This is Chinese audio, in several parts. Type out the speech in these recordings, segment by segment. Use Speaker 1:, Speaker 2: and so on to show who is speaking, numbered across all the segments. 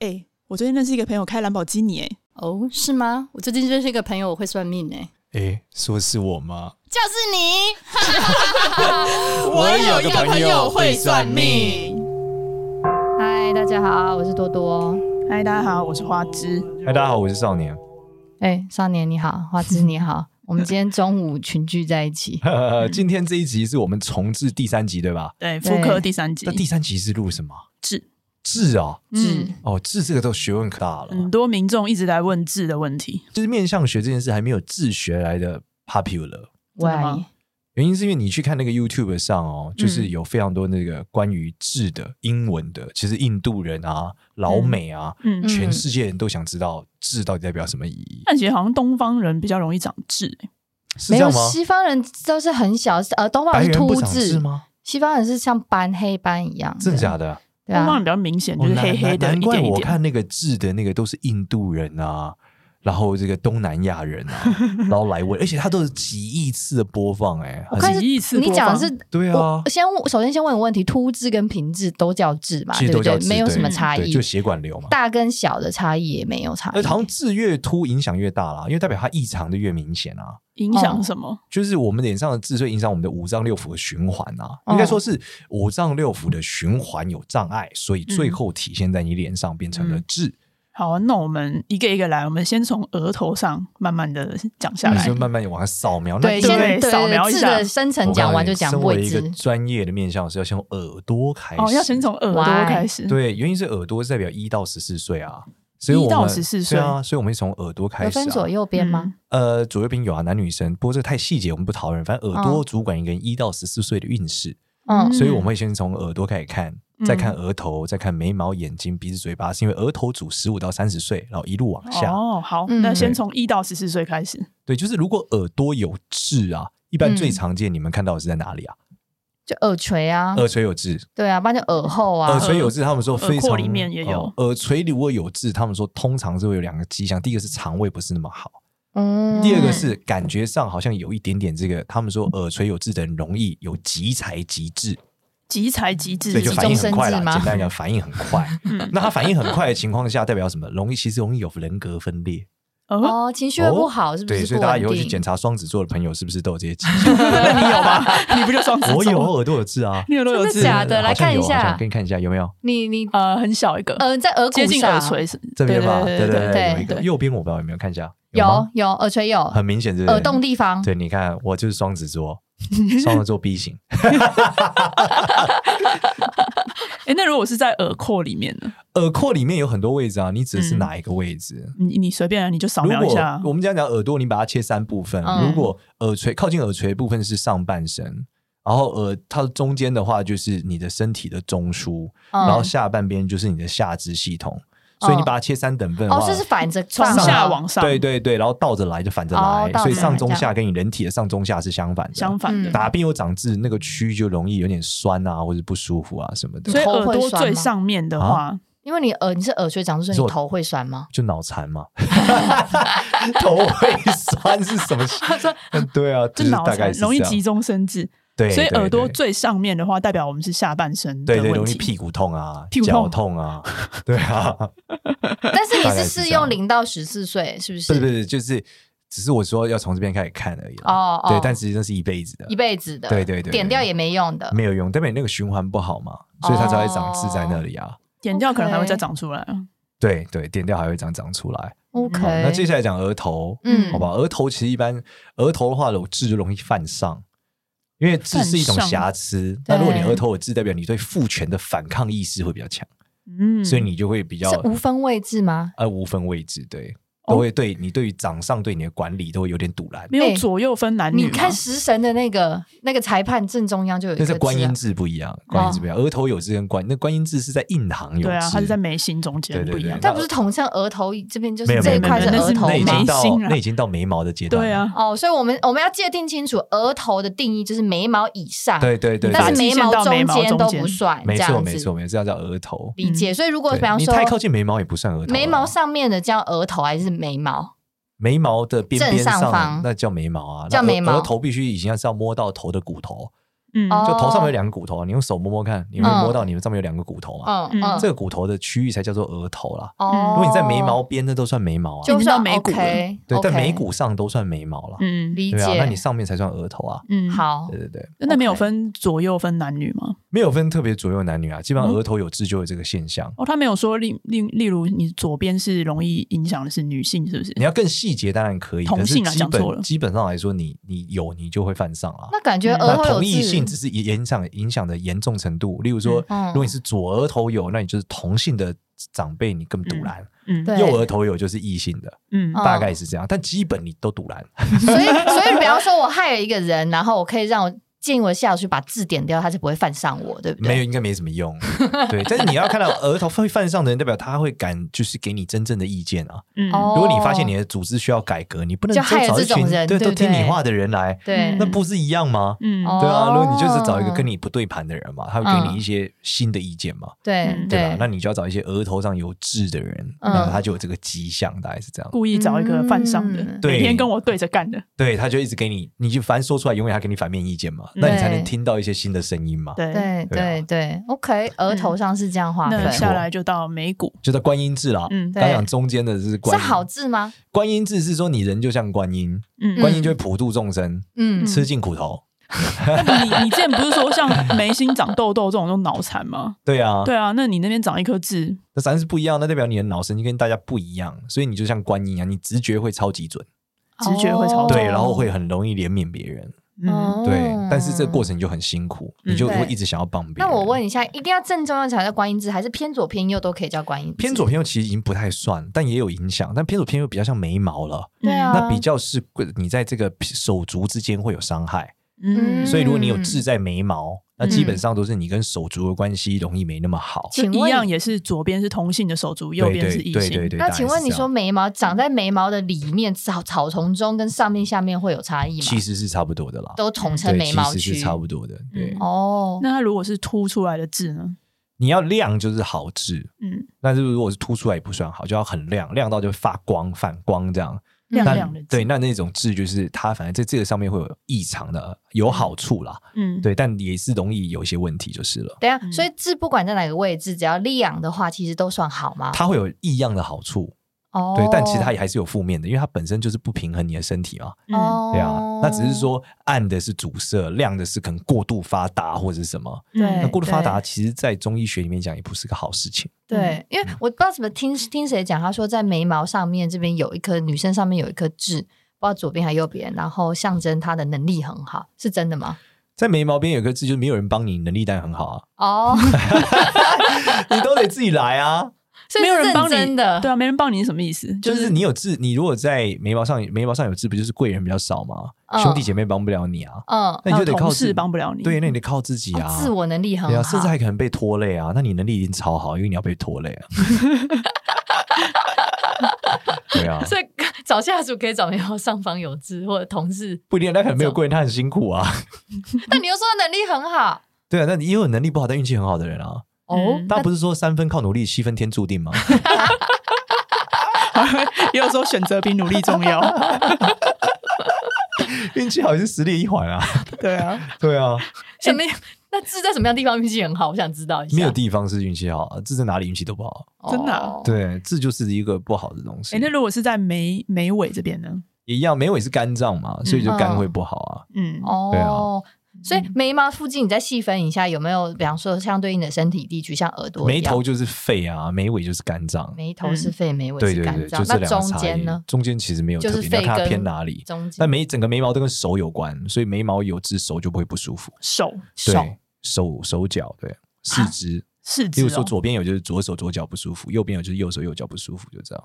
Speaker 1: 哎、我最近认识一个朋友开兰博基尼、哎，
Speaker 2: 哦，是吗？我最近认识一个朋友，我会算命哎、
Speaker 3: 诶，说是我吗？
Speaker 2: 就是你。
Speaker 3: 我有个朋友会算命。
Speaker 2: 嗨，大家好，我是多多。
Speaker 1: 嗨，大家好，我是花枝。
Speaker 3: 嗨，大家好，我是少年。
Speaker 2: 哎、少年你好，花枝你好， 我们今天中午群聚在一起。
Speaker 3: 今天这一集是我们重置第三集，对吧？
Speaker 1: 对，妇
Speaker 2: 对
Speaker 1: 科第三集
Speaker 3: 那，第三集是录什么？
Speaker 1: 治
Speaker 3: 治啊，
Speaker 2: 是、
Speaker 1: 嗯
Speaker 3: 哦，治这个都学问可大了，
Speaker 1: 很多民众一直来问治的问题，
Speaker 3: 就是面向学这件事还没有治学来的 popular。
Speaker 1: 真的吗
Speaker 2: 喂，
Speaker 3: 原因是因为你去看那个 YouTube 上哦，就是有非常多那个关于治的英文的，其实印度人啊、老美啊，
Speaker 1: 嗯，
Speaker 2: 嗯
Speaker 3: 全世界人都想知道治到底代表什么意义，
Speaker 1: 但其实好像东方人比较容易长痣、哎
Speaker 3: 是
Speaker 2: 没
Speaker 3: 这
Speaker 2: 有
Speaker 3: 样吗？
Speaker 2: 西方人都是很小，呃，东方
Speaker 3: 白
Speaker 2: 人是
Speaker 3: 人
Speaker 2: 秃
Speaker 3: 不长痣
Speaker 2: 子，
Speaker 3: 吗？
Speaker 2: 西方人是像斑黑斑一样。
Speaker 3: 真的假的？
Speaker 2: 对
Speaker 1: 东方
Speaker 2: 啊
Speaker 1: 人，比较明显，就是
Speaker 3: 哦难
Speaker 1: 黑黑的，
Speaker 3: 难
Speaker 1: 一
Speaker 3: 难怪
Speaker 1: 点一
Speaker 3: 我
Speaker 1: 点。
Speaker 3: 看那个痣的那个都是印度人啊，然后这个东南亚人 啊，然后来问，而且他都是几亿次的播放、欸，
Speaker 2: 我
Speaker 3: 哎，
Speaker 2: 看
Speaker 1: 几亿
Speaker 2: 是
Speaker 1: 次
Speaker 2: 你
Speaker 1: 播
Speaker 2: 讲的
Speaker 1: 放
Speaker 2: 是。
Speaker 3: 对啊
Speaker 2: 我，先问首先先问你问题，秃痣跟平痣都叫痣嘛，
Speaker 3: 其实
Speaker 2: 对
Speaker 3: 都
Speaker 2: 不
Speaker 3: 叫
Speaker 2: 对？
Speaker 3: 痣
Speaker 2: 没有
Speaker 3: 对
Speaker 2: 什么差
Speaker 3: 对
Speaker 2: 异
Speaker 3: 就，血管瘤嘛。
Speaker 2: 大跟小的差异也没有差
Speaker 3: 而
Speaker 2: 异。
Speaker 3: 好像痣越凸影响越大啦，因为代表它异常的越明显啊。
Speaker 1: 影响什么？
Speaker 3: 就是我们脸上的痣，所以影响我们的五脏六腑的循环啊。
Speaker 2: 嗯
Speaker 1: 哦
Speaker 3: 应该说是五脏六腑的循环有障碍，所以
Speaker 1: 嗯
Speaker 3: 最后体现在你脸上变成了痣。
Speaker 1: 好啊，那我们一个一个来，我们先从额头上慢慢的讲下
Speaker 3: 你
Speaker 1: 来
Speaker 3: 就。慢慢地往它扫描。那
Speaker 2: 对，
Speaker 3: 因为
Speaker 2: 先
Speaker 1: 对扫描一
Speaker 2: 字
Speaker 1: 下
Speaker 2: 的深层
Speaker 3: 我
Speaker 2: 讲
Speaker 3: 告诉
Speaker 2: 完
Speaker 3: 你
Speaker 2: 就讲
Speaker 3: 身为
Speaker 2: 未
Speaker 3: 一个
Speaker 2: 知。
Speaker 3: 专业的面向是要先从耳朵开始，
Speaker 1: 哦，要先从耳朵
Speaker 2: Why？
Speaker 1: 开始。
Speaker 3: 对，原因是耳朵是代表一到十四岁啊，所以我们
Speaker 1: 1到14岁
Speaker 3: 对啊，所以我们从耳朵开
Speaker 2: 有
Speaker 3: 始、啊，
Speaker 2: 分左右边吗？
Speaker 3: 呃，左右边有啊，男女生，不过这太细节，我们不讨论。反正耳朵
Speaker 2: 嗯
Speaker 3: 主管一个人一到十四岁的运势，
Speaker 1: 嗯
Speaker 2: 嗯，
Speaker 3: 所以我们会先从耳朵开始看，再看
Speaker 1: 嗯
Speaker 3: 额头，再看眉毛、眼睛、鼻子、嘴巴，是因为额头主十五到三十岁，然后一路往
Speaker 1: 嗯。
Speaker 3: 下。
Speaker 1: 哦，好，
Speaker 2: 嗯
Speaker 1: 那先
Speaker 3: 对
Speaker 1: 从一到十四岁开始，
Speaker 3: 对，就是如果耳朵有痣啊，一般最
Speaker 2: 嗯
Speaker 3: 常见你们看到的是在哪里啊？
Speaker 2: 就耳垂啊，
Speaker 3: 耳垂有痣，
Speaker 2: 对啊，不然就耳后啊
Speaker 3: 耳，垂呃有痣，他们说非
Speaker 1: 耳廓
Speaker 3: 常
Speaker 1: 里面也有
Speaker 3: 哦耳垂如果有痣，他们说通常是会有两个迹象，第一个是肠胃不是那么好，
Speaker 2: 嗯
Speaker 3: 第二个是感觉上好像有一点点这个，他们说耳垂有痣的人容易有急财急智，
Speaker 1: 集财集智
Speaker 3: 所以
Speaker 1: 是
Speaker 3: 就
Speaker 1: 一
Speaker 3: 反
Speaker 1: 种
Speaker 3: 应很快啦。
Speaker 2: 急中生智吗嗯
Speaker 3: 简单来讲，反应很快。 那他反应很快的情况下，代表什么？容易其实容易有人格分裂，
Speaker 1: 哦，
Speaker 2: 哦，情绪会不好，是不
Speaker 3: 对，
Speaker 2: 是
Speaker 3: 所以
Speaker 2: 不
Speaker 3: 大家
Speaker 2: 稳
Speaker 3: 以后去检
Speaker 2: 定？
Speaker 3: 查双子座的朋友是不是都有这些迹
Speaker 1: 那
Speaker 3: 象？
Speaker 1: 你有吗？你不就双子座？
Speaker 3: 我有，耳朵有痣啊，
Speaker 1: 你有都有
Speaker 2: 真的
Speaker 1: 痣，
Speaker 2: 假的来
Speaker 3: 好像
Speaker 2: 看一
Speaker 3: 有好
Speaker 2: 下
Speaker 3: 像给你看一下有没有
Speaker 2: 你你
Speaker 1: 呃，很小一个，
Speaker 2: 呃，在耳
Speaker 1: 接
Speaker 2: 骨
Speaker 1: 近
Speaker 2: 上
Speaker 1: 耳垂是
Speaker 3: 这边吧？
Speaker 1: 对
Speaker 3: 对
Speaker 1: 对
Speaker 2: 对
Speaker 3: 有一个
Speaker 1: 对
Speaker 3: 右边我不知道有没有看一下，
Speaker 2: 有
Speaker 3: 吗
Speaker 2: 有耳垂有，
Speaker 3: 很明显，对不对
Speaker 2: 耳洞地方，
Speaker 3: 对，你看，我就是双子座， 双子座 B 型，
Speaker 1: 哎，那如果是在耳廓里面呢？
Speaker 3: 耳廓里面有很多位置啊，你指的是
Speaker 1: 嗯
Speaker 3: 哪一个位置？
Speaker 1: 你你随便啊，你就扫
Speaker 3: 如
Speaker 1: 描一下
Speaker 3: 果。我们讲讲耳朵，你把它切三部分，
Speaker 2: 嗯
Speaker 3: 如果耳垂靠近耳垂的部分是上半身。然后耳它中间的话就是你的身体的中枢，
Speaker 2: 嗯
Speaker 3: 然后下半边就是你的下肢系统，所以你把它切三等份的
Speaker 2: 哦
Speaker 3: 话，，
Speaker 2: 这是反着
Speaker 1: 从
Speaker 2: 放的
Speaker 1: 下往上，
Speaker 3: 啊对对对，然后倒着来就反着
Speaker 2: 哦
Speaker 3: 来，
Speaker 2: 倒着来
Speaker 3: 所以上中
Speaker 2: 这
Speaker 3: 下跟你人体的上中下是相反的。
Speaker 1: 相反的
Speaker 2: 嗯。
Speaker 3: 打病又长痣，那个区域就容易有点酸啊，或者不舒服啊什么的，
Speaker 1: 所以耳
Speaker 2: 头
Speaker 1: 朵
Speaker 2: 会酸吗
Speaker 1: 最上面
Speaker 3: 啊
Speaker 1: 的话，
Speaker 2: 因为你耳你是耳垂长，所以
Speaker 3: 是
Speaker 2: 你
Speaker 3: 我
Speaker 2: 头会酸 吗？
Speaker 3: 就脑残嘛， 头会酸是什么？对啊，
Speaker 1: 就是脑
Speaker 3: 大概
Speaker 1: 残
Speaker 3: 是这样
Speaker 1: 容易急中生智，
Speaker 3: 对，
Speaker 1: 所以
Speaker 3: 对
Speaker 1: 耳朵
Speaker 3: 对
Speaker 1: 最上面的话，代表我们是下半身的
Speaker 3: 对对，
Speaker 1: 问
Speaker 3: 容易
Speaker 1: 题。
Speaker 3: 屁股痛啊，
Speaker 1: 屁股
Speaker 3: 脚
Speaker 1: 痛
Speaker 3: 痛啊， 对啊，
Speaker 2: 但是你
Speaker 3: 大概
Speaker 2: 是
Speaker 3: 是
Speaker 2: 适
Speaker 3: 这样
Speaker 2: 用零到十四岁，是不
Speaker 3: 不
Speaker 2: 是？
Speaker 3: 是不是，就是只是我说要从这边开始看而已啦
Speaker 2: 哦哦
Speaker 3: 对，但其实那是一辈子的，
Speaker 2: 一辈子的，
Speaker 3: 对对对对
Speaker 2: 点掉也没用的。
Speaker 3: 没有用，代表你那个循环不好嘛，所以它才会长痣在那里啊。
Speaker 1: 点掉可能还会
Speaker 2: OK
Speaker 1: 再长出来。啊
Speaker 3: 对对，点掉还会长长出来。
Speaker 2: OK，
Speaker 3: 好，那接下来讲额头，
Speaker 2: 嗯
Speaker 3: 好吧，额头其实一般额头的话，有痣就容易犯上，因为痣是一种
Speaker 1: 犯上
Speaker 3: 瑕疵。那如果你
Speaker 2: 对
Speaker 3: 额头有痣，代表你对父权的反抗意识会比较强，
Speaker 1: 嗯，
Speaker 3: 所以你就会比较
Speaker 2: 是无分位置吗？
Speaker 3: 呃无分位置，对，
Speaker 1: 哦
Speaker 3: 都会对你对于掌上对你的管理都会有点堵拦。
Speaker 1: 没有左右分男女
Speaker 2: 哎你
Speaker 1: 吗。
Speaker 2: 看食神的那个那个裁判正中央就有一
Speaker 3: 但
Speaker 2: 个
Speaker 3: 是观
Speaker 2: 痣啊
Speaker 3: 音痣不一样，观音痣不一
Speaker 2: 哦
Speaker 3: 样，额头有痣跟观那观音痣是在印堂有痣，
Speaker 1: 对啊，它是在眉心中间
Speaker 3: 对对
Speaker 1: 不一
Speaker 3: 对
Speaker 1: 样。
Speaker 2: 但不是统称额头这边，就
Speaker 3: 没
Speaker 2: 是
Speaker 3: 有
Speaker 2: 这
Speaker 3: 没
Speaker 2: 一
Speaker 3: 有没有，
Speaker 2: 块
Speaker 3: 没有
Speaker 2: 额头
Speaker 3: 那已
Speaker 2: 吗
Speaker 3: 经？
Speaker 1: 眉
Speaker 3: 到
Speaker 1: 心啊
Speaker 3: 那已经到眉毛的阶段，
Speaker 1: 对，啊，
Speaker 2: 哦，所以我们我们要界定清楚，额头的定义就是眉毛以上，
Speaker 3: 对对对，
Speaker 2: 但是
Speaker 3: 对
Speaker 2: 眉毛中间都不算，
Speaker 3: 没
Speaker 2: 这
Speaker 3: 错
Speaker 2: 样
Speaker 3: 没错
Speaker 2: 子
Speaker 3: 没错，这样叫额头。
Speaker 2: 理解。所以如果比
Speaker 3: 对
Speaker 2: 方
Speaker 3: 你
Speaker 2: 说
Speaker 3: 太靠近眉毛也不算额头啊，
Speaker 2: 眉毛上面的叫额头还是眉毛？
Speaker 3: 眉毛的边边
Speaker 2: 正上方
Speaker 3: 那叫眉毛啊，
Speaker 2: 叫
Speaker 3: 那额
Speaker 2: 眉毛
Speaker 3: 额头必须已经是要摸到头的骨头，
Speaker 1: 嗯
Speaker 2: 哦
Speaker 3: 就头上面有两个骨头啊，你用手摸摸看，你会
Speaker 2: 嗯
Speaker 3: 摸到你们上面有两个骨头嘛？
Speaker 2: 嗯
Speaker 1: 嗯
Speaker 2: 嗯，
Speaker 3: 这个骨头的区域才叫做额头啦。
Speaker 2: 哦，
Speaker 3: 如果你在眉毛边，那都算眉毛啊。
Speaker 2: 就
Speaker 1: 已经
Speaker 2: 算
Speaker 1: 到眉骨了
Speaker 2: OK，
Speaker 3: 对，
Speaker 2: OK，
Speaker 3: 但眉骨上都算眉毛啦。
Speaker 1: 嗯
Speaker 2: 理
Speaker 3: 对啊，那你
Speaker 2: 解，哦
Speaker 3: 上面才算额头啊。
Speaker 1: 嗯，
Speaker 2: 好
Speaker 3: 对对对，
Speaker 1: 那没有
Speaker 2: OK
Speaker 1: 分左右分男女吗？
Speaker 3: 没有分特别左右男女啊，基本上额头有痣就有这个现象。
Speaker 2: 嗯
Speaker 1: 哦，他没有说例例例如你左边是容易影响的是女性，是不是？
Speaker 3: 你要更细节当然可以，
Speaker 1: 同
Speaker 3: 可是
Speaker 1: 性啊
Speaker 3: 基
Speaker 1: 讲错了
Speaker 3: 本基本上来说，你你有你就会犯上啦。
Speaker 2: 那感觉
Speaker 1: 嗯
Speaker 2: 额
Speaker 3: 那
Speaker 2: 头有
Speaker 3: 同
Speaker 2: 痣
Speaker 3: 异性只是影响影响的严重程度，例如说，
Speaker 2: 嗯
Speaker 3: 如果你是左额头有，那你就是同性的长辈，你更堵拦；
Speaker 1: 嗯，
Speaker 2: 对
Speaker 3: 右额头有就是异性的，
Speaker 1: 嗯
Speaker 2: 哦
Speaker 3: 大概是这样。但基本你都堵 拦，
Speaker 2: 所以，所以比方说，我害了一个人，然后我可以让我进我下去把字点掉，他就不会犯上我，对不对？
Speaker 3: 没有应该没什 么用。对，但是你要看到额头会犯上的人，代表他会敢就是给你真正的意见啊。
Speaker 1: 嗯，
Speaker 2: 哦
Speaker 3: 如果你发现你的组织需要改革，你不能
Speaker 2: 就
Speaker 3: 就
Speaker 2: 害了
Speaker 3: 找一
Speaker 2: 这种
Speaker 3: 群
Speaker 2: 人
Speaker 3: 对
Speaker 2: 对
Speaker 3: 都
Speaker 2: 不对
Speaker 3: 听你话的人来，
Speaker 2: 对，
Speaker 3: 那不是一样吗？
Speaker 1: 嗯
Speaker 2: 哦
Speaker 3: 对啊，如果你就是找一个跟你不对盘的人嘛，他会给
Speaker 2: 嗯
Speaker 3: 你一些新的意见嘛。
Speaker 2: 对
Speaker 1: 嗯
Speaker 3: 对
Speaker 2: 对？，
Speaker 3: 吧
Speaker 2: 啊
Speaker 3: 那你就要找一些额头上有痣的人，
Speaker 2: 嗯
Speaker 3: 然后他就有这个迹象，大概是这样。
Speaker 1: 故意找一个犯上的
Speaker 2: 嗯，
Speaker 3: 对
Speaker 1: 每天跟我对着干的，
Speaker 3: 对，他就一直给你，你就反正说出来，永远他给你反面意见嘛，
Speaker 1: 嗯
Speaker 3: 那你才能听到一些新的声音嘛。
Speaker 1: 对。
Speaker 2: 对
Speaker 3: 对啊
Speaker 2: 对对，OK，额头上是这样划
Speaker 1: 那
Speaker 2: 分，
Speaker 3: 没错
Speaker 1: 下来就到眉骨，
Speaker 3: 就在观音字啦，
Speaker 1: 嗯
Speaker 3: 刚讲中间的是
Speaker 2: 是
Speaker 3: 观音
Speaker 2: 好字吗？
Speaker 3: 观音字是说你人就像观音，
Speaker 1: 嗯，
Speaker 3: 观音就会普度众生，
Speaker 2: 嗯，
Speaker 3: 吃尽苦头。
Speaker 1: 那你你之前不是说像眉心长痘痘这种都脑残吗？
Speaker 3: 对啊，
Speaker 1: 对啊，那你那边长一颗痣，
Speaker 3: 那咱是不一样，那代表你的脑神经跟大家不一样，所以你就像观音一啊样，你直觉会超级准，
Speaker 1: 直觉会
Speaker 2: 啊哦
Speaker 1: 操作
Speaker 3: 对，然后会很容易怜悯别人，
Speaker 1: 嗯，
Speaker 3: 对。但是这个过
Speaker 2: 程。
Speaker 3: 程你就很辛苦，
Speaker 1: 嗯
Speaker 3: 你就会
Speaker 2: 哦对
Speaker 3: 一直想要帮别人。
Speaker 2: 那我问一下，一定要正中央才叫观音字，还是偏左偏右都可以叫观音字？
Speaker 3: 偏左偏右其实已经不太算，但也有影响。但偏左偏右比较像眉毛了，
Speaker 1: 嗯
Speaker 2: 对啊，
Speaker 3: 那比较是你在这个手足之间会有伤害，
Speaker 1: 嗯，
Speaker 3: 所以如果你有
Speaker 2: 嗯
Speaker 3: 痣在眉毛，那基本上都是你跟手足的关系容易没那么好。
Speaker 1: 就
Speaker 2: 请
Speaker 1: 一
Speaker 2: 问
Speaker 1: 样也是左边是同性的手足，右
Speaker 3: 对
Speaker 1: 边
Speaker 3: 对
Speaker 1: 是异
Speaker 3: 对对
Speaker 1: 性，
Speaker 3: 对。
Speaker 2: 那
Speaker 3: 大概
Speaker 2: 请问
Speaker 3: 是
Speaker 2: 你
Speaker 3: 这样
Speaker 2: 说眉毛长在眉毛的里面草草丛中，跟上面下面会有差异吗？
Speaker 3: 其实是差不多的啦，
Speaker 2: 都统称
Speaker 3: 对，
Speaker 2: 眉毛
Speaker 3: 其实
Speaker 2: 区，
Speaker 3: 是差不多的。对，
Speaker 1: 嗯
Speaker 2: 哦，
Speaker 1: 那它如果是凸出来的痣呢？
Speaker 3: 你要亮就是好痣，
Speaker 1: 嗯，
Speaker 3: 但是如果是凸出来也不算好，就要很亮，亮到就发光反光这样。
Speaker 1: 亮
Speaker 3: 但
Speaker 1: 亮的痣，
Speaker 3: 对，那那种痣就是它，反正在这个上面会有异常的有好处啦，
Speaker 1: 嗯，
Speaker 3: 对，但也是容易有一些问题就是了。
Speaker 2: 等一下，
Speaker 1: 嗯
Speaker 2: 啊所以痣不管在哪个位置，只要亮的话，其实都算好吗？
Speaker 3: 它会有异样的好处，
Speaker 2: 哦，
Speaker 3: 对，但其实它也还是有负面的，因为它本身就是不平衡你的身体嘛，
Speaker 1: 嗯，
Speaker 2: 哦，
Speaker 3: 对啊，那只是说暗的是阻塞，亮的是可能过度发达或者是什么。
Speaker 2: 对
Speaker 1: 哎
Speaker 3: 那过度发达其实，在中医学里面讲也不是个好事情。
Speaker 2: 对，因为
Speaker 3: 嗯
Speaker 2: 我不知道怎么听听谁讲，他说在眉毛上面这边有一颗女生上面有一颗痣，不知道左边还右边，然后象征她的能力很好，是真的吗？
Speaker 3: 在眉毛边有个字，就是没有人帮你，能力当然很好啊，
Speaker 2: 哦，
Speaker 3: 你都得自己来啊。
Speaker 2: 所以
Speaker 1: 没有人
Speaker 2: 是
Speaker 1: 帮你
Speaker 2: 真的，
Speaker 1: 对啊，没人帮你是什么意思？
Speaker 3: 就是是你有痣，你如果在眉毛上，眉毛上有痣，不就是贵人比较少吗？
Speaker 2: 嗯
Speaker 3: 兄弟姐妹帮不了你啊，
Speaker 2: 嗯，哦
Speaker 3: 那你就得
Speaker 1: 还有
Speaker 3: 靠
Speaker 1: 同
Speaker 3: 自
Speaker 1: 事帮不了你，
Speaker 3: 对，那 你得靠自己啊，
Speaker 2: 自我能力
Speaker 3: 对
Speaker 2: 很
Speaker 3: 啊，
Speaker 2: 好
Speaker 3: 甚至，还可能被拖累啊。那你能力已经超好，因为你要被拖累啊。 对啊，
Speaker 2: 所以 找下属可以找眉毛上方有痣或者同事，
Speaker 3: 不一定，他可能没有贵人，他很辛苦啊。
Speaker 2: 但你又说他能力很好
Speaker 3: 对啊，那也有能力不好但运气很好的人啊。
Speaker 2: 哦
Speaker 1: 嗯，
Speaker 3: 大家不是说三分靠努力，七分天注定吗？
Speaker 1: 也有时候选择比努力重 要。
Speaker 3: 运气好也是实力的一环啊。
Speaker 1: 对啊，
Speaker 3: 对啊，
Speaker 2: 什么？ 那痣在什么样的地方运气很好？我想知道一下。
Speaker 3: 没有地方是运气好啊，这在哪里运气都不好。
Speaker 2: 哦
Speaker 1: 真的啊，
Speaker 3: 对，这就是一个不好的东西。
Speaker 1: 哎，那如果是在眉眉尾这边呢？
Speaker 3: 也一样，眉尾是肝脏嘛，所以就肝会不好啊。
Speaker 1: 嗯，
Speaker 3: 对
Speaker 2: 哦。所以眉毛附近，你再细分一下，有没有比方说相对应的身体地区，像耳朵一
Speaker 3: 眉
Speaker 2: 样
Speaker 3: 头就是肺啊，眉尾就是肝脏。
Speaker 2: 眉头是肺，眉尾
Speaker 3: 对
Speaker 2: 是
Speaker 3: 对
Speaker 2: 肝
Speaker 3: 对，
Speaker 2: 脏
Speaker 3: 就，
Speaker 2: 那
Speaker 3: 这两
Speaker 2: 中
Speaker 3: 个差
Speaker 2: 间
Speaker 3: 异
Speaker 2: 呢？。
Speaker 3: 中间其实没有
Speaker 2: 就
Speaker 3: 特
Speaker 2: 是
Speaker 3: 别，你要
Speaker 2: 肺
Speaker 3: 看它
Speaker 2: 跟
Speaker 3: 偏哪里。
Speaker 2: 中间
Speaker 3: 但眉整个眉毛都跟手有关，所以眉毛有痣，手就不会不舒服。
Speaker 1: 手
Speaker 2: 手
Speaker 3: 对，手手脚对四肢，
Speaker 1: 是
Speaker 3: 比
Speaker 1: 指
Speaker 3: 如
Speaker 1: 哦
Speaker 3: 说左边有就是左手左脚不舒服，右边有就是右手右脚不舒服，就这样。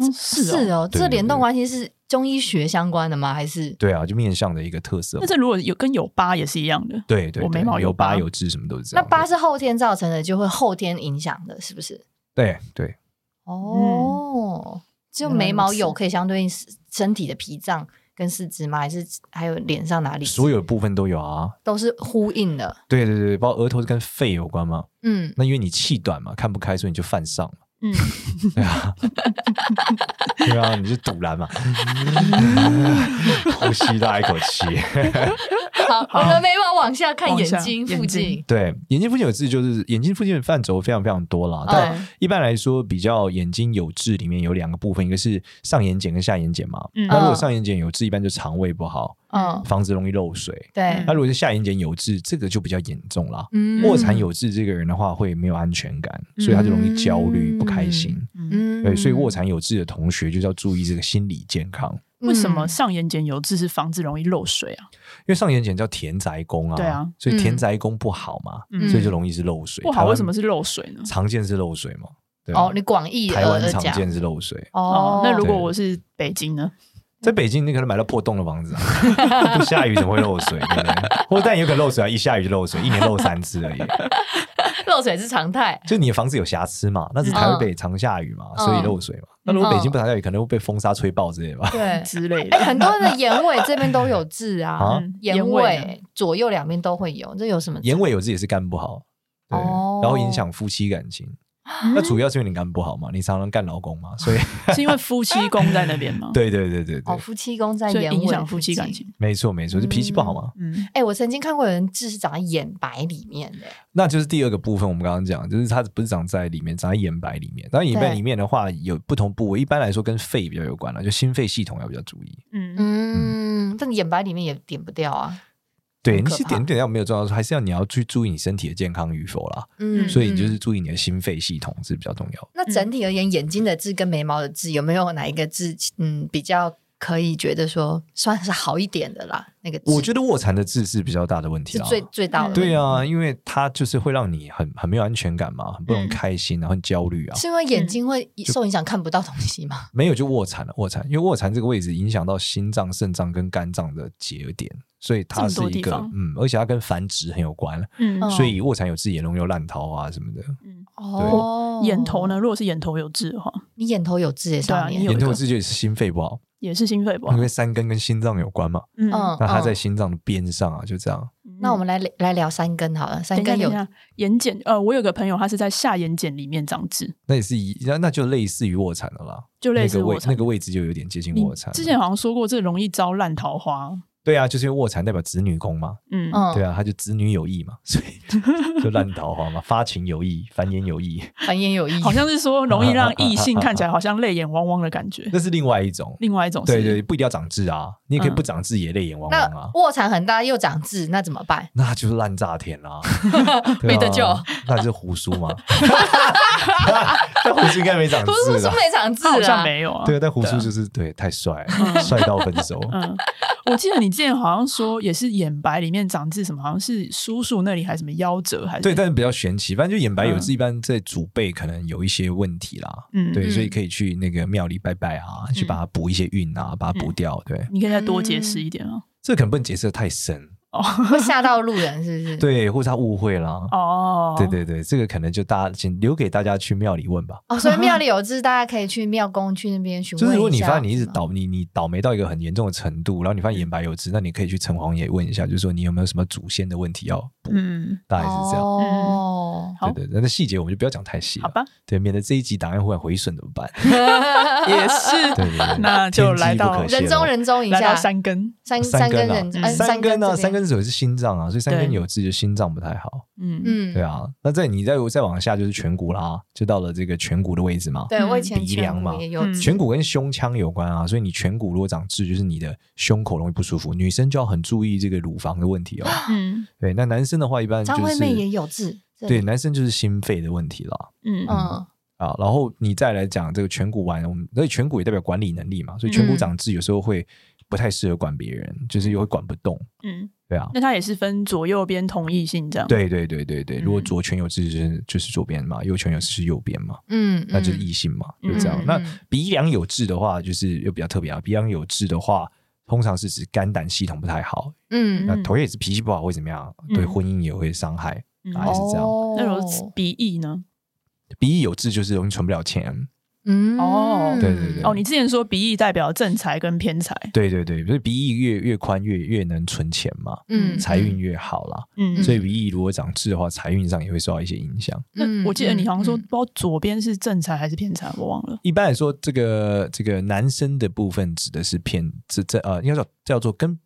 Speaker 1: 嗯
Speaker 2: 是
Speaker 1: 是哦。
Speaker 2: 哦，
Speaker 3: 对
Speaker 2: 这
Speaker 3: 对
Speaker 2: 联动
Speaker 3: 对
Speaker 2: 关系是中医学相关的吗？还是
Speaker 3: 对啊，就面相的一个特色嘛
Speaker 1: 那。这如果有跟有疤也是一样的，
Speaker 3: 对对，
Speaker 1: 我眉
Speaker 3: 对
Speaker 1: 毛有
Speaker 3: 有
Speaker 1: 疤
Speaker 3: 有痣，什么都是这
Speaker 2: 那
Speaker 3: 样的。
Speaker 2: 疤是后天造成的，就会后天影响的，是不是？
Speaker 3: 对对，
Speaker 2: 哦，只有
Speaker 1: 原来
Speaker 2: 眉
Speaker 1: 如
Speaker 2: 毛
Speaker 1: 此
Speaker 2: 有可以相对应身身体的脾脏跟四肢吗？还是还有脸上哪里？
Speaker 3: 所有部分都有啊。
Speaker 2: 都是呼应的。
Speaker 3: 对对对，包括额头是跟肺有关嘛。
Speaker 2: 嗯，
Speaker 3: 那因为你气短嘛，看不开，所以你就犯上了。
Speaker 1: 嗯，
Speaker 3: 对啊，对啊，你就堵拦嘛，呼吸到一口气，
Speaker 2: 好，我们眉毛往下看
Speaker 1: 往
Speaker 2: 眼
Speaker 1: 下
Speaker 2: 睛
Speaker 1: 眼
Speaker 2: 附
Speaker 1: 睛
Speaker 2: 近，
Speaker 3: 对，眼睛附近有痣，就是眼睛附近的范畴非常非常多啦。但
Speaker 2: 嗯
Speaker 3: 一般来说，比较眼睛有痣里面有两个部分，一个是上眼睑跟下眼睑嘛。
Speaker 1: 嗯哦
Speaker 3: 那如果
Speaker 2: 嗯
Speaker 3: 上眼睑有痣，一般就肠胃不好，
Speaker 2: 嗯，
Speaker 3: 房子容易漏水。
Speaker 1: 嗯
Speaker 2: 对
Speaker 3: 那，如果是下眼睑有痣，这个就比较严重啦。
Speaker 2: 嗯
Speaker 3: 卧蚕，有痣这个人的话，会没有安全感，所以他就容易焦虑、
Speaker 2: 嗯
Speaker 3: 不开心。
Speaker 1: 嗯，
Speaker 2: 嗯
Speaker 3: 对，所以卧蚕有痣的同学就是要注意这个心理健康，
Speaker 2: 嗯
Speaker 1: 为什么上眼睑有痣是防止容易漏水啊？
Speaker 3: 因为上眼睑叫田宅宫啊，
Speaker 1: 对啊，
Speaker 3: 所以田
Speaker 2: 嗯
Speaker 3: 宅宫不好嘛，
Speaker 1: 嗯
Speaker 3: 所以就容易是漏水。
Speaker 1: 不
Speaker 3: 台
Speaker 1: 好，
Speaker 3: 湾
Speaker 1: 为什么是漏水呢？
Speaker 3: 常见是漏水嘛？对啊
Speaker 2: 哦，你广义
Speaker 3: 台湾
Speaker 2: 而
Speaker 3: 常
Speaker 2: 讲
Speaker 3: 见是漏水，
Speaker 1: 哦
Speaker 2: 哦，，
Speaker 1: 那如果
Speaker 3: 对
Speaker 1: 我是北京呢？
Speaker 3: 在北京你可能买到破洞的房子啊， 不下雨怎么会漏水？对不对？或但有可能漏水啊，一下雨就漏水，一年漏三次而已。
Speaker 2: 漏水是常态，
Speaker 3: 就你的房子有瑕疵嘛，那是台北常下雨嘛，
Speaker 2: 嗯
Speaker 3: 所以漏水嘛。那如果北京不常下雨，可能会被风沙吹爆之类的吧。
Speaker 2: 对，
Speaker 1: 嗯之类
Speaker 2: 哎，
Speaker 1: 的，
Speaker 2: 很多人的眼尾这边都有痣
Speaker 3: 啊
Speaker 2: 啊，
Speaker 1: 嗯
Speaker 2: 眼
Speaker 1: 呢
Speaker 2: 尾左右两边都会有，这有什么？
Speaker 3: 眼尾有痣也是肝不好，对，
Speaker 2: 哦
Speaker 3: 然后影响夫妻感情。
Speaker 1: 啊
Speaker 2: 啊
Speaker 3: 那主要是因为你肝不好嘛，你常常干老公嘛，所以？，
Speaker 1: 是因为夫妻宫在那边吗
Speaker 3: 对对对对
Speaker 2: 哦，
Speaker 3: 对，
Speaker 2: 夫妻宫在
Speaker 1: 所以
Speaker 2: 眼
Speaker 1: 影
Speaker 2: 尾
Speaker 1: 响夫
Speaker 2: 附
Speaker 1: 妻感
Speaker 2: 近。
Speaker 1: 情。
Speaker 3: 没错没错，就脾气不好嘛。
Speaker 1: 嗯，
Speaker 2: 哎、我曾经看过有人痣是长在眼白里面的，
Speaker 3: 那就是第二个部分，我们刚刚讲，就是它不是长在里面，长在眼白里面。当然眼白
Speaker 2: 对
Speaker 3: 里面的话，有不同部位，一般来说跟肺比较有关了，啊就心肺系统要比较注意。
Speaker 1: 嗯，
Speaker 2: 嗯，但眼白里面也点不掉啊，
Speaker 3: 对，
Speaker 2: 很
Speaker 3: 你
Speaker 2: 可
Speaker 3: 是
Speaker 2: 怕
Speaker 3: 点点要没有重要，还是要你要去注意你身体的健康与否啦。
Speaker 2: 嗯，
Speaker 3: 所以你就
Speaker 2: 嗯
Speaker 3: 是注意你的心肺系统是比较重要的。
Speaker 2: 那
Speaker 1: 嗯
Speaker 2: 整体而言，眼睛的痣跟眉毛的痣有没有哪一个痣，嗯，比较可以觉得说算是好一点的啦？那个痣
Speaker 3: 我觉得卧蚕的痣是比较大的问题
Speaker 2: 是
Speaker 3: 啦。
Speaker 2: 最最
Speaker 1: 嗯
Speaker 2: 大的，
Speaker 3: 对，啊，因为它就是会让你很很没有安全感嘛，很不容易开心，然后很焦虑啊。
Speaker 2: 是因为眼睛会
Speaker 3: 嗯
Speaker 2: 受影响看不到东西吗？
Speaker 3: 没有就卧蚕了，卧蚕，因为卧蚕这个位置影响到心脏、肾脏跟肝脏的节点，所以它是
Speaker 1: 这么多
Speaker 3: 一
Speaker 1: 地
Speaker 3: 个
Speaker 1: 方
Speaker 3: 嗯，而且它跟繁殖很有关，
Speaker 1: 嗯
Speaker 2: 哦
Speaker 3: 所以卧蚕有自己的容易有烂桃啊什么的。
Speaker 2: 哦，
Speaker 1: 眼头？呢？如果是眼头有痣的话，
Speaker 2: 你眼头有痣耶，
Speaker 1: 对啊
Speaker 2: 少
Speaker 1: 你有
Speaker 2: 年，
Speaker 3: 眼头有自己也是心肺不好，
Speaker 1: 也是心肺不好
Speaker 3: 因。为三根跟心脏有关嘛，
Speaker 1: 嗯，
Speaker 2: 嗯，
Speaker 3: 那它在
Speaker 2: 嗯
Speaker 3: 心脏的边上啊，就这样。
Speaker 2: 那我们来来聊三根好了，三
Speaker 1: 等一下，
Speaker 2: 根有
Speaker 1: 等一下，眼睑，呃，我有个朋友，他是在下眼睑里面长痣，
Speaker 3: 那也是一，那那就类似于卧蚕的啦，
Speaker 1: 就类似
Speaker 3: 那个
Speaker 1: 卧
Speaker 3: 位
Speaker 1: 蚕
Speaker 3: 那个位置就有点接近
Speaker 1: 你
Speaker 3: 卧蚕了。
Speaker 1: 之前好像说过，这容易招烂桃花。
Speaker 3: 对啊，就是因为卧蚕代表子女宫嘛，
Speaker 1: 嗯，
Speaker 2: 嗯，
Speaker 3: 对啊，他就子女有意嘛，所以 就烂桃花嘛，发情有意，繁衍有意，
Speaker 2: 繁衍有益，
Speaker 1: 好像是说容易 让异性看起来好像泪眼汪汪的感觉。
Speaker 3: 那是另外 一种。
Speaker 1: 另外一种哦是
Speaker 3: 对对，不一定要长痣啊，你也可以不长痣也泪眼汪汪
Speaker 2: 那
Speaker 3: 啊，
Speaker 2: 卧蚕很大又长痣，那怎么办？
Speaker 3: 那就是烂炸天啦，对啊
Speaker 2: 没得救，
Speaker 3: 那就是胡须嘛，但胡须应该没长
Speaker 2: 不是
Speaker 3: 痣
Speaker 2: 说
Speaker 3: 啊啦。
Speaker 2: 没长痣
Speaker 1: 他好像
Speaker 2: 啊，
Speaker 1: 没有啊。
Speaker 3: 对，但胡须就是对太帅了，
Speaker 1: 嗯
Speaker 3: 帅到分手。
Speaker 1: 嗯，我记得你之前好像说也是眼白里面长痣什么，好像是叔叔那里还是什么夭折还是
Speaker 3: 对，但是比较玄奇，反正就眼白有
Speaker 1: 嗯
Speaker 3: 痣，一般在祖辈可能有一些问题啦。
Speaker 1: 嗯
Speaker 3: 对，
Speaker 2: 嗯
Speaker 3: 所以可以去那个庙里拜拜啊，去把它补一些运啊，把它补掉。对，
Speaker 1: 你可以再多解
Speaker 2: 嗯
Speaker 1: 释一点啊。
Speaker 3: 这可能不能解释的太深，
Speaker 2: 会吓到路人是不是？
Speaker 3: 对，或者他误会啦。
Speaker 1: 哦，
Speaker 3: 对，对对，这个可能就大家请留给大家去庙里问吧。
Speaker 2: 哦，所以庙里有痣，大家可以去庙公去那边询问
Speaker 3: 就
Speaker 2: 一下。
Speaker 3: 是如果你发现你一直
Speaker 2: 是吗
Speaker 3: 倒你你倒霉到一个很严重的程度，然后你发现眼白有痣，那你可以去城隍爷问一下，就是说你有没有什么祖先的问题要补，
Speaker 1: 嗯，
Speaker 3: 大概是这样。
Speaker 2: 哦，
Speaker 1: 好
Speaker 3: 对对，那那细节我们就不要讲太细
Speaker 1: 好
Speaker 3: 了，
Speaker 1: 吧，
Speaker 3: 对，免得这一集档案忽然回损怎么办？
Speaker 1: 也 是。
Speaker 3: 对对对，
Speaker 1: 那就
Speaker 3: 天机
Speaker 1: 来到
Speaker 3: 不可泄
Speaker 2: 人中
Speaker 3: 露
Speaker 2: 人中一
Speaker 1: 来
Speaker 2: 下，
Speaker 1: 到山根，
Speaker 2: 三
Speaker 3: 三
Speaker 2: 根
Speaker 3: 根
Speaker 2: 人，
Speaker 3: 啊，
Speaker 2: 呃
Speaker 3: 三根啊，
Speaker 2: 这
Speaker 3: 三
Speaker 2: 边
Speaker 3: 根手是心脏啊，所以三根
Speaker 1: 对
Speaker 3: 有痣就心脏不太好。
Speaker 1: 嗯，
Speaker 2: 嗯，
Speaker 3: 对，啊，那在你再再往下就是颧骨啦，就到了这个颧骨的位置嘛。
Speaker 2: 对我以
Speaker 1: 嗯
Speaker 2: 前
Speaker 3: 鼻
Speaker 2: 颧
Speaker 3: 梁
Speaker 2: 骨
Speaker 3: 嘛
Speaker 2: 也有
Speaker 1: 嗯
Speaker 2: 痣
Speaker 3: 颧骨跟胸腔有关啊，所以你颧骨如果长痣，就是你的胸口容易不舒服。女生就要很注意这个乳房的问题哦。
Speaker 1: 嗯
Speaker 3: 对，那男生的话一般就
Speaker 2: 张惠
Speaker 3: 是
Speaker 2: 妹也有痣，这
Speaker 3: 对，
Speaker 2: 里，
Speaker 3: 男生就是心肺的问题啦。
Speaker 1: 嗯
Speaker 2: 嗯，
Speaker 3: 啊，然后你再来讲这个颧骨完，我们所以颧骨也代表管理能力嘛，所以颧骨
Speaker 2: 嗯
Speaker 3: 长痣有时候会不太适合管别人，就是又会管不动。
Speaker 1: 嗯，
Speaker 3: 对啊，
Speaker 1: 那它也是分左右边同异性这样。，
Speaker 3: 对对对对对，如果
Speaker 1: 嗯
Speaker 3: 左拳有痣就是就是左边嘛，右拳有痣是右边嘛，
Speaker 2: 嗯，
Speaker 3: 那就是
Speaker 2: 嗯
Speaker 3: 异性嘛，就这样
Speaker 2: 嗯。
Speaker 3: 那
Speaker 2: 嗯
Speaker 3: 鼻梁有痣的话，就是又比较特别啊。鼻梁有痣的话，通常是指肝胆系统不太好，
Speaker 2: 嗯，
Speaker 3: 那
Speaker 1: 嗯
Speaker 3: 头也是脾气不好会怎么样？
Speaker 1: 嗯
Speaker 3: 对婚姻也会伤害，
Speaker 1: 嗯
Speaker 3: 大概是这样。
Speaker 2: 哦
Speaker 1: 那如果鼻翼呢？
Speaker 3: 鼻翼有痣就是容易存不了钱，
Speaker 2: 嗯
Speaker 1: 哦
Speaker 3: 对对对
Speaker 1: 哦，你之前说鼻翼代表正财跟偏财，
Speaker 3: 对对对，所以鼻翼越越宽越越能存钱嘛，
Speaker 2: 嗯
Speaker 3: 财运越好啦。
Speaker 1: 嗯，
Speaker 3: 所以鼻翼如果长痣的话，财运上也会受到一些影响。
Speaker 1: 那我记得你好像说，
Speaker 2: 嗯嗯
Speaker 1: 不知道左边是正财还是偏财，我忘了。
Speaker 3: 一般来说，这个这个男生的部分指的是偏这这呃，应该叫叫做跟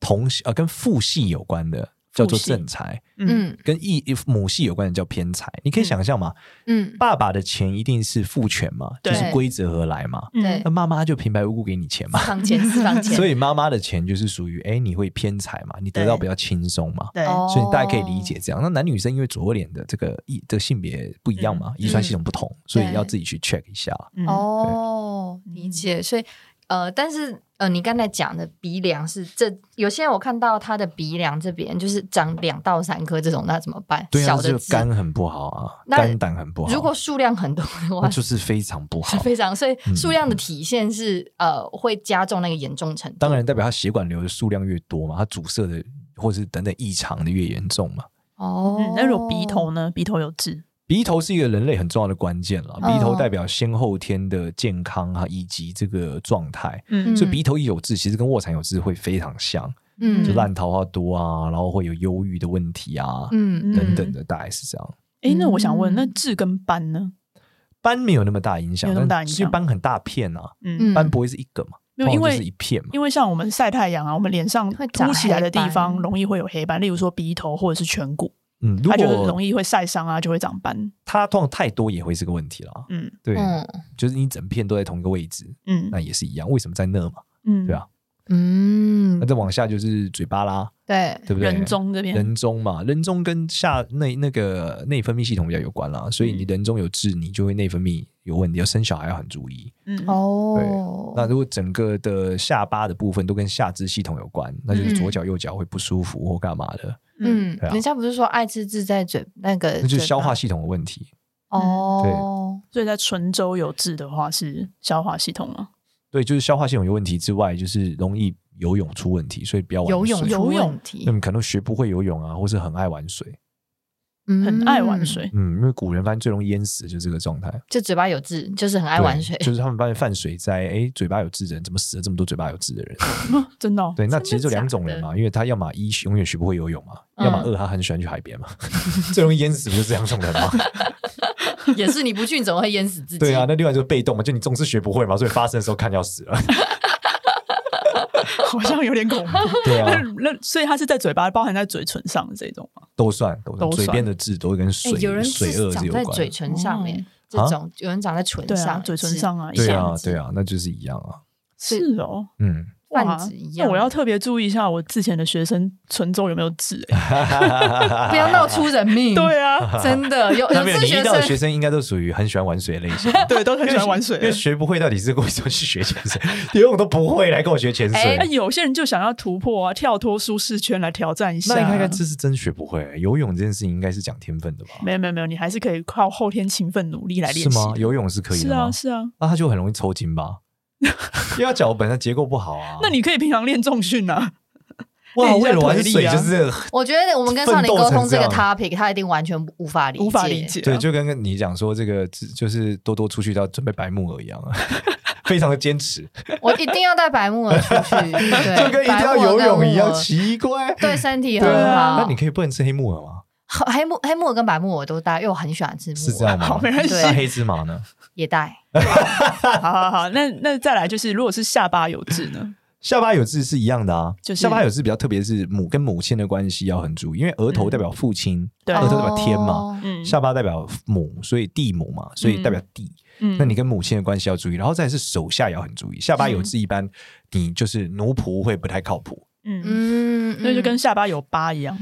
Speaker 3: 同系呃跟父系有关的叫做正财，
Speaker 1: 嗯
Speaker 2: 嗯
Speaker 3: 跟异母系有关的叫偏财。你可以
Speaker 1: 嗯
Speaker 3: 想象嘛，
Speaker 2: 嗯，
Speaker 3: 爸爸的钱一定是父权嘛，就
Speaker 1: 对
Speaker 3: 是规则而来嘛。
Speaker 1: 嗯
Speaker 2: 对
Speaker 3: 那妈妈就平白无故给你钱嘛
Speaker 2: 私，房钱私房钱，
Speaker 3: 所
Speaker 2: 以
Speaker 3: 以妈妈的钱就是属于哎，你会偏财嘛，你得
Speaker 1: 对
Speaker 3: 到比较轻松嘛。
Speaker 1: 对，
Speaker 2: 哦
Speaker 3: 所以你大概可以理解这样。那男女生因为左右脸的这个异这个性别不一
Speaker 2: 嗯
Speaker 3: 样嘛，遗传系统不同，所以要自己去 check 一下。
Speaker 1: 嗯
Speaker 2: 哦，
Speaker 1: 对
Speaker 3: 嗯
Speaker 2: 理解。所以呃，但是呃，你刚才讲的鼻梁是这，有些人我看到他的鼻梁这边就是长两到三颗这种，那怎么办？
Speaker 3: 对啊，
Speaker 2: 小
Speaker 3: 这
Speaker 2: 的
Speaker 3: 个
Speaker 2: 痣
Speaker 3: 肝很不好啊，
Speaker 2: 那
Speaker 3: 肝胆很不好。
Speaker 2: 如果数量很多的
Speaker 3: 那
Speaker 2: 话，
Speaker 3: 就是非常不
Speaker 2: 是
Speaker 3: 好。
Speaker 2: 非常，所以
Speaker 3: 嗯
Speaker 2: 数量的体现是、呃会加重那个严重程度。
Speaker 3: 当然，代表它血管瘤的数量越多嘛，它阻塞的或是等等异常的越严重嘛。
Speaker 2: 哦、
Speaker 1: 嗯，那如果鼻头呢？鼻头有痣，
Speaker 3: 鼻头是一个人类很重要的关键了，
Speaker 2: 嗯
Speaker 3: 鼻头代表先后天的健康啊，以及这个状态。
Speaker 1: 嗯
Speaker 3: 所以鼻头一有痣，其实跟卧蚕有痣会非常像，
Speaker 2: 嗯
Speaker 3: 就烂桃花多啊，然后会有忧郁的问题啊，
Speaker 2: 嗯
Speaker 3: 等等的，大概是这样。
Speaker 1: 哎，那我想问，
Speaker 2: 嗯
Speaker 1: 那痣跟斑呢？斑
Speaker 3: 斑没有那么大影响，
Speaker 1: 没有那么大影响
Speaker 3: 但是因为斑很大片啊，
Speaker 1: 嗯，
Speaker 3: 斑不会是一个嘛，
Speaker 1: 没有因为
Speaker 3: 通常就是一片嘛。
Speaker 1: 因为像我们晒太阳啊，我们脸上
Speaker 2: 会长
Speaker 1: 凸起来的地
Speaker 2: 黑
Speaker 1: 方
Speaker 2: 斑
Speaker 1: 容易会有黑斑，例如说鼻头或者是颧骨，
Speaker 3: 嗯，如
Speaker 1: 它就容
Speaker 3: 果
Speaker 1: 易会晒伤啊，就会长斑。
Speaker 3: 它通常太多也会是个问题啦。
Speaker 1: 嗯
Speaker 3: 对，
Speaker 2: 嗯
Speaker 3: 就是你整片都在同一个位置，
Speaker 1: 嗯
Speaker 3: 那也是一样。为什么在那嘛？
Speaker 1: 嗯，
Speaker 3: 对啊，
Speaker 2: 嗯
Speaker 3: 那，再往下就是嘴巴啦，
Speaker 2: 对，
Speaker 3: 对不对？
Speaker 1: 人中这边，
Speaker 3: 人中嘛，人中跟下内那个内分泌系统比较有关啦，所以你
Speaker 1: 嗯
Speaker 3: 人中有痣，你就会内分泌有问题，要生小孩要很注意。
Speaker 1: 嗯
Speaker 2: 哦，
Speaker 3: 那如果整个的下巴的部分都跟下肢系统有关，那就是
Speaker 1: 嗯
Speaker 3: 左脚右脚会不舒服或干嘛的，
Speaker 2: 嗯，
Speaker 3: 对啊
Speaker 2: 人家不是说爱吃字在嘴那个嘴巴，
Speaker 3: 那就是消化系统的问题。
Speaker 2: 哦，
Speaker 1: 所以在唇周有痣的话是消化系统啊吗？
Speaker 3: 对，就是消化系统有问题之外，就是容易游泳出问题，所以不要玩
Speaker 2: 游泳
Speaker 3: 水
Speaker 1: 有
Speaker 2: 出问
Speaker 3: 那
Speaker 2: 题，
Speaker 3: 你可能学不会游泳啊，或是很爱玩水。
Speaker 2: 嗯
Speaker 1: 很爱玩，水，
Speaker 3: 嗯，因为古人反正最容易淹死的就是这个状态，
Speaker 2: 就嘴巴有痣，就是很爱
Speaker 3: 对
Speaker 2: 玩水，
Speaker 3: 就是他们发现犯水灾，哎，嘴巴有痣的人怎么死了这么多嘴巴有痣 的人？
Speaker 1: 真的哦。
Speaker 3: 对，那
Speaker 2: 真的
Speaker 3: 其实就两种人嘛，因为他要么一永远学不会游泳嘛，要么
Speaker 2: 嗯
Speaker 3: 二他很喜欢去海 边嘛，最容易淹死不就是这两种人吗？
Speaker 2: 也是你不去，你怎么会淹死自己？
Speaker 3: 对啊，，那另外就是被动嘛，就你总是学不会嘛，所以发生的时候看要死 了。
Speaker 1: 好像有点 恐怖。
Speaker 3: 对啊
Speaker 1: 那，那所以它是在嘴巴包含在嘴唇上的这种吗？
Speaker 3: 都算都算，
Speaker 1: 都
Speaker 3: 嘴
Speaker 1: 算
Speaker 3: 边的痣都会跟
Speaker 2: 哎
Speaker 3: 水、
Speaker 2: 有人
Speaker 3: 水
Speaker 2: 是
Speaker 3: 恶
Speaker 2: 长
Speaker 3: 是有
Speaker 2: 在
Speaker 3: 关
Speaker 2: 嘴
Speaker 3: 的。
Speaker 2: 唇上面，这
Speaker 3: 啊
Speaker 2: 种有人长在唇
Speaker 1: 对啊，
Speaker 2: 上，
Speaker 1: 嘴唇
Speaker 2: 是
Speaker 1: 上啊，
Speaker 3: 对
Speaker 1: 一
Speaker 3: 啊
Speaker 1: 下，子
Speaker 3: 对啊，那就是一样啊。
Speaker 1: 是哦。
Speaker 3: 嗯，
Speaker 1: 哇
Speaker 2: 泛指一样
Speaker 1: 那我要特别注意一下我之前的学生唇周有没有痣、 欸？
Speaker 2: 不要 闹出人命，
Speaker 1: 对啊，
Speaker 2: 真的有
Speaker 3: 那
Speaker 2: 有
Speaker 3: 没有，
Speaker 2: 些
Speaker 3: 你遇
Speaker 2: 学
Speaker 3: 到的学
Speaker 2: 生
Speaker 3: 生应该都属于很喜欢玩水的类型。
Speaker 1: 对，都很喜欢玩水
Speaker 3: 因为
Speaker 1: 的。
Speaker 3: 学不会到底是为什么去学潜水，游泳都不会来跟我学潜水
Speaker 2: 哎
Speaker 1: 那。有些人就想要突破啊，跳脱舒适圈来挑战一下
Speaker 3: 那应
Speaker 1: 啊。
Speaker 3: 该应该这是真学不会，游泳这件事情应该是讲天分的吧？
Speaker 1: 没有没有没有，你还是可以靠后天勤奋努力来
Speaker 3: 是
Speaker 1: 练习
Speaker 3: 吗？。游泳是可以
Speaker 1: 是
Speaker 3: 的吗
Speaker 1: 啊？是啊，
Speaker 3: 那他就很容易抽筋吧？ 因为他脚本身结构不好啊。
Speaker 1: 那你可以平常练重训啊。
Speaker 3: 哇，
Speaker 1: 练一下
Speaker 3: 为了玩
Speaker 1: 腿力
Speaker 3: 水
Speaker 1: 啊
Speaker 3: 就是
Speaker 2: 我觉得我们跟少年
Speaker 3: 奋斗
Speaker 2: 沟
Speaker 3: 成
Speaker 2: 通这
Speaker 3: 这
Speaker 2: 个
Speaker 3: 样
Speaker 2: topic，他一定完全无法理解，
Speaker 1: 无法理解、啊。
Speaker 3: 对，就跟你讲说这个就是多多出去要准备白木耳一样啊， 非常的坚持，
Speaker 2: 我一定要带白木耳出 去，对
Speaker 1: 哎
Speaker 3: 就跟一定要游泳一样，奇怪。
Speaker 2: 白木耳跟木耳对身体
Speaker 3: 对
Speaker 2: 很
Speaker 3: 啊，
Speaker 2: 好。
Speaker 3: 那你可以不能吃黑木耳吗？
Speaker 2: 黑木黑木耳跟白木耳都带，因为我很喜欢吃木耳，
Speaker 3: 是这样 吗？
Speaker 1: 好没关
Speaker 2: 系
Speaker 3: 那黑芝麻呢？
Speaker 2: 也带。
Speaker 1: 好好好，那那再来就是，如果是下巴有痣呢？
Speaker 3: 下巴有痣是一样的啊，
Speaker 1: 就是
Speaker 3: 下巴有痣比较特别是母跟母亲的关系要很注意，因为额头
Speaker 1: 嗯
Speaker 3: 代表父亲，
Speaker 1: 对
Speaker 3: 额
Speaker 1: 这
Speaker 3: 头
Speaker 1: 是
Speaker 3: 代表天嘛，
Speaker 2: 哦，
Speaker 1: 嗯，
Speaker 3: 下巴代表母，所以地母嘛，所以代表地。
Speaker 1: 嗯
Speaker 3: 那你跟母亲的关系要注意，然后再来是手下也要很注意。下巴有痣一般，你就是奴仆会不太靠谱。
Speaker 1: 嗯，
Speaker 2: 嗯，
Speaker 1: 那就跟下巴有疤一样。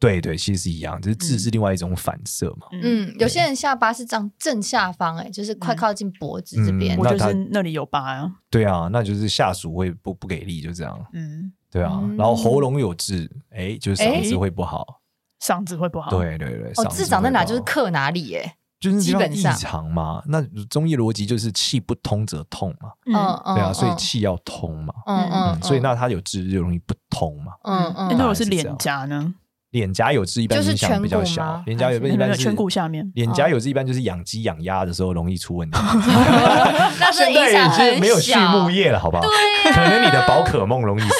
Speaker 3: 对对，其实是一样，只是痣是另外一种反射嘛。
Speaker 1: 嗯，
Speaker 2: 嗯，有些人下巴是长正下方，哎，就是快靠近脖子这边
Speaker 3: 嗯
Speaker 1: 我。就
Speaker 3: 那他
Speaker 1: 是那里有疤啊。
Speaker 3: 对啊，那就是下属会不不给力，就这样。
Speaker 1: 嗯，
Speaker 3: 对啊，
Speaker 2: 嗯
Speaker 3: 然后喉咙有痣，哎，就是嗓子
Speaker 1: 哎
Speaker 3: 会不好。
Speaker 1: 嗓子会不好。，
Speaker 3: 对对对，
Speaker 2: 哦，
Speaker 3: 嗓子
Speaker 2: 痣长在哪
Speaker 3: 会不
Speaker 2: 就
Speaker 3: 好
Speaker 2: 是克哪里，哎，
Speaker 3: 就是
Speaker 2: 基
Speaker 3: 地方
Speaker 2: 本
Speaker 3: 异
Speaker 2: 上
Speaker 3: 常嘛。那中医逻辑就是气不通则痛嘛，
Speaker 1: 嗯，
Speaker 2: 嗯嗯，
Speaker 3: 对啊，所以
Speaker 2: 嗯
Speaker 3: 气要通嘛。
Speaker 2: 嗯嗯，
Speaker 3: 所以那他有痣就容易不通嘛。
Speaker 2: 嗯
Speaker 1: 那如
Speaker 2: 嗯
Speaker 1: 果是脸颊呢？
Speaker 3: 脸颊有痣一般
Speaker 2: 就是
Speaker 3: 影响比较
Speaker 2: 颧骨
Speaker 3: 小
Speaker 2: 吗，
Speaker 3: 脸颊有
Speaker 2: 还
Speaker 1: 没
Speaker 3: 一
Speaker 1: 有没有
Speaker 3: 般是
Speaker 1: 颧骨下面。
Speaker 3: 脸颊有痣一般就是养鸡养鸭的时候容易出问 题。
Speaker 2: 那是
Speaker 3: 现
Speaker 2: 影响
Speaker 3: 在
Speaker 2: 很
Speaker 3: 已经没有畜牧业了，好不好？
Speaker 2: 对啊
Speaker 3: 可能你的宝可梦容易死，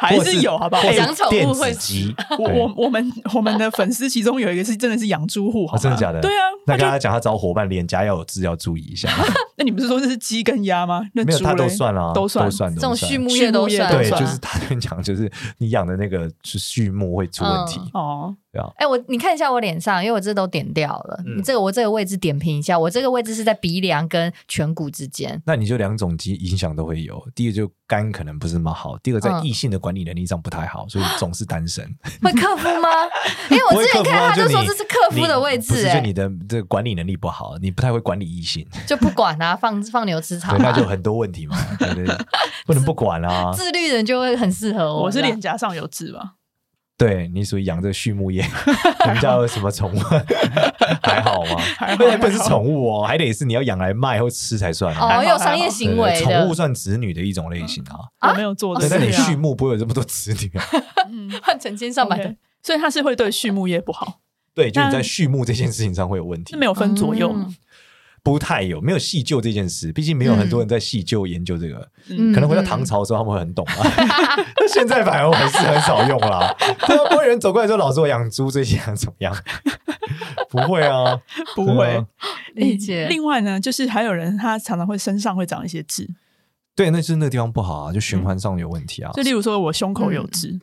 Speaker 1: 还
Speaker 3: 或
Speaker 1: 是有好不好？
Speaker 3: 或
Speaker 1: 哎
Speaker 3: 是
Speaker 2: 养宠物
Speaker 3: 电
Speaker 2: 会
Speaker 3: 子鸡，
Speaker 1: 我
Speaker 3: 对
Speaker 1: 我我们我们的粉丝其中有一个是真的是养猪户，好
Speaker 3: 哦
Speaker 1: 吗
Speaker 3: 真的假的？
Speaker 1: 对啊，
Speaker 3: 那
Speaker 1: 他就
Speaker 3: 刚才讲他找伙伴脸颊要有痣，要注意一下。
Speaker 1: 那你不是说这是鸡跟鸭吗？那
Speaker 3: 没有，
Speaker 1: 猪
Speaker 3: 他
Speaker 1: 嘞
Speaker 3: 都算了，
Speaker 1: 都算
Speaker 3: 都算，
Speaker 2: 这
Speaker 3: 都
Speaker 2: 种
Speaker 3: 算
Speaker 2: 畜牧
Speaker 1: 畜
Speaker 2: 业都
Speaker 1: 牧业
Speaker 2: 算，
Speaker 1: 都
Speaker 3: 对，
Speaker 1: 算
Speaker 3: 就是他跟你讲，就是你养的那个是畜牧会出问题，
Speaker 2: 嗯
Speaker 1: 哦，
Speaker 3: 对啊。
Speaker 2: 哎、我你看一下我脸上，因为我这都点掉了。
Speaker 3: 嗯
Speaker 2: 你这个我这个位置点评一下，我这个位置是在鼻梁跟颧骨之间。
Speaker 3: 那你就两种基影响都会有，第一个就肝可能不是那么好，第二个在
Speaker 2: 嗯
Speaker 3: 异性的管理能力上不太好，所以总是单身。
Speaker 2: 会克夫 吗？因为
Speaker 3: 不
Speaker 2: 我
Speaker 3: 会
Speaker 2: 之前
Speaker 3: 克服
Speaker 2: 看
Speaker 3: 啊，
Speaker 2: 他
Speaker 3: 就
Speaker 2: 就说
Speaker 3: 你
Speaker 2: 这是 克夫的
Speaker 3: 你
Speaker 2: 位
Speaker 3: 不
Speaker 2: 置、
Speaker 3: 是就
Speaker 2: 哎，
Speaker 3: 你的这个管理能力不好，你不太会管理异性，
Speaker 2: 就不 管啊，放放牛吃草
Speaker 3: 对，那
Speaker 2: 啊。
Speaker 3: 就很多问题嘛，对不 对？不能不管啊，
Speaker 2: 自律的人就会很适合我。
Speaker 1: 我是
Speaker 2: 这样
Speaker 1: 脸颊上有痣吧？
Speaker 3: 对你属于养这个畜牧业，人家有什么宠物 还好吗？
Speaker 1: 还好
Speaker 3: 不然不是
Speaker 1: 还好
Speaker 3: 宠物哦，还得是你要养来卖或吃才算啊。
Speaker 2: 哦，有商业行为
Speaker 3: 对宠
Speaker 2: 的
Speaker 3: 物，算子女的一种类型啊。
Speaker 1: 我没有做
Speaker 3: 对，
Speaker 1: 这
Speaker 3: 那你
Speaker 1: 个
Speaker 3: 畜牧不会有这么多子女 啊？
Speaker 1: 嗯
Speaker 2: 换成千上百的
Speaker 1: OK，所以他是会对畜牧业不好，
Speaker 3: 对，就你在
Speaker 1: 但
Speaker 3: 畜牧这件事情上会有问题
Speaker 1: 是没，有分左右 嘛？
Speaker 2: 嗯
Speaker 3: 不太有，没有细究这件事，毕竟没有很多人在细究研究这个。
Speaker 2: 嗯
Speaker 3: 可能回到唐朝的时候，他们会很懂啊。
Speaker 1: 嗯
Speaker 3: 那现在反而我们是很少用啦。对啊，不会有人走过来说：“老师，我养猪最近养 怎么样？”不会啊，
Speaker 1: 不
Speaker 3: 对
Speaker 1: 会
Speaker 3: 啊。
Speaker 2: 理
Speaker 1: 诶
Speaker 2: 解。
Speaker 1: 另外呢，就是还有人他常常会身上会长一些痣，
Speaker 3: 对，那就是那个地方不好啊，就
Speaker 1: 嗯
Speaker 3: 循环上有问题啊。
Speaker 1: 就例如说我胸口有痣，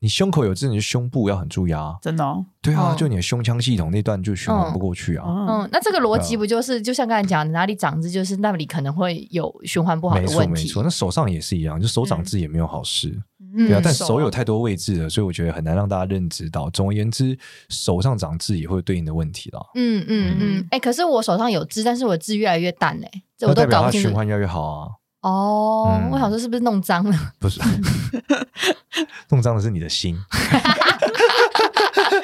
Speaker 3: 你胸口有痣，你的胸部要很注意啊。
Speaker 1: 真的哦，
Speaker 3: 对啊，
Speaker 2: 嗯
Speaker 3: 就你的胸腔系统那段就循环不过去啊。
Speaker 1: 嗯，
Speaker 2: 嗯，那这个逻辑不就是就像刚才讲的，哪里长痣就是那里可能会有循环不好
Speaker 3: 没
Speaker 2: 的
Speaker 3: 错
Speaker 2: 问
Speaker 3: 没
Speaker 2: 题
Speaker 3: 错，。那手上也是一样，就手掌痣也没有好事，
Speaker 2: 嗯
Speaker 3: 对啊。但
Speaker 1: 啊
Speaker 3: 手有太多位置了，所以我觉得很难让大家认知到。总而言之，手上长痣也会有对应的问题啦。
Speaker 2: 嗯嗯嗯，哎、可是我手上有痣，但是我痣越来越淡哎、这我都
Speaker 3: 那代表
Speaker 2: 搞不
Speaker 3: 它
Speaker 2: 清
Speaker 3: 循
Speaker 2: 楚。
Speaker 3: 环越来越好啊，
Speaker 2: 哦，
Speaker 3: 嗯
Speaker 2: 我想说是不是弄脏了？
Speaker 3: 不是弄脏的是你的心。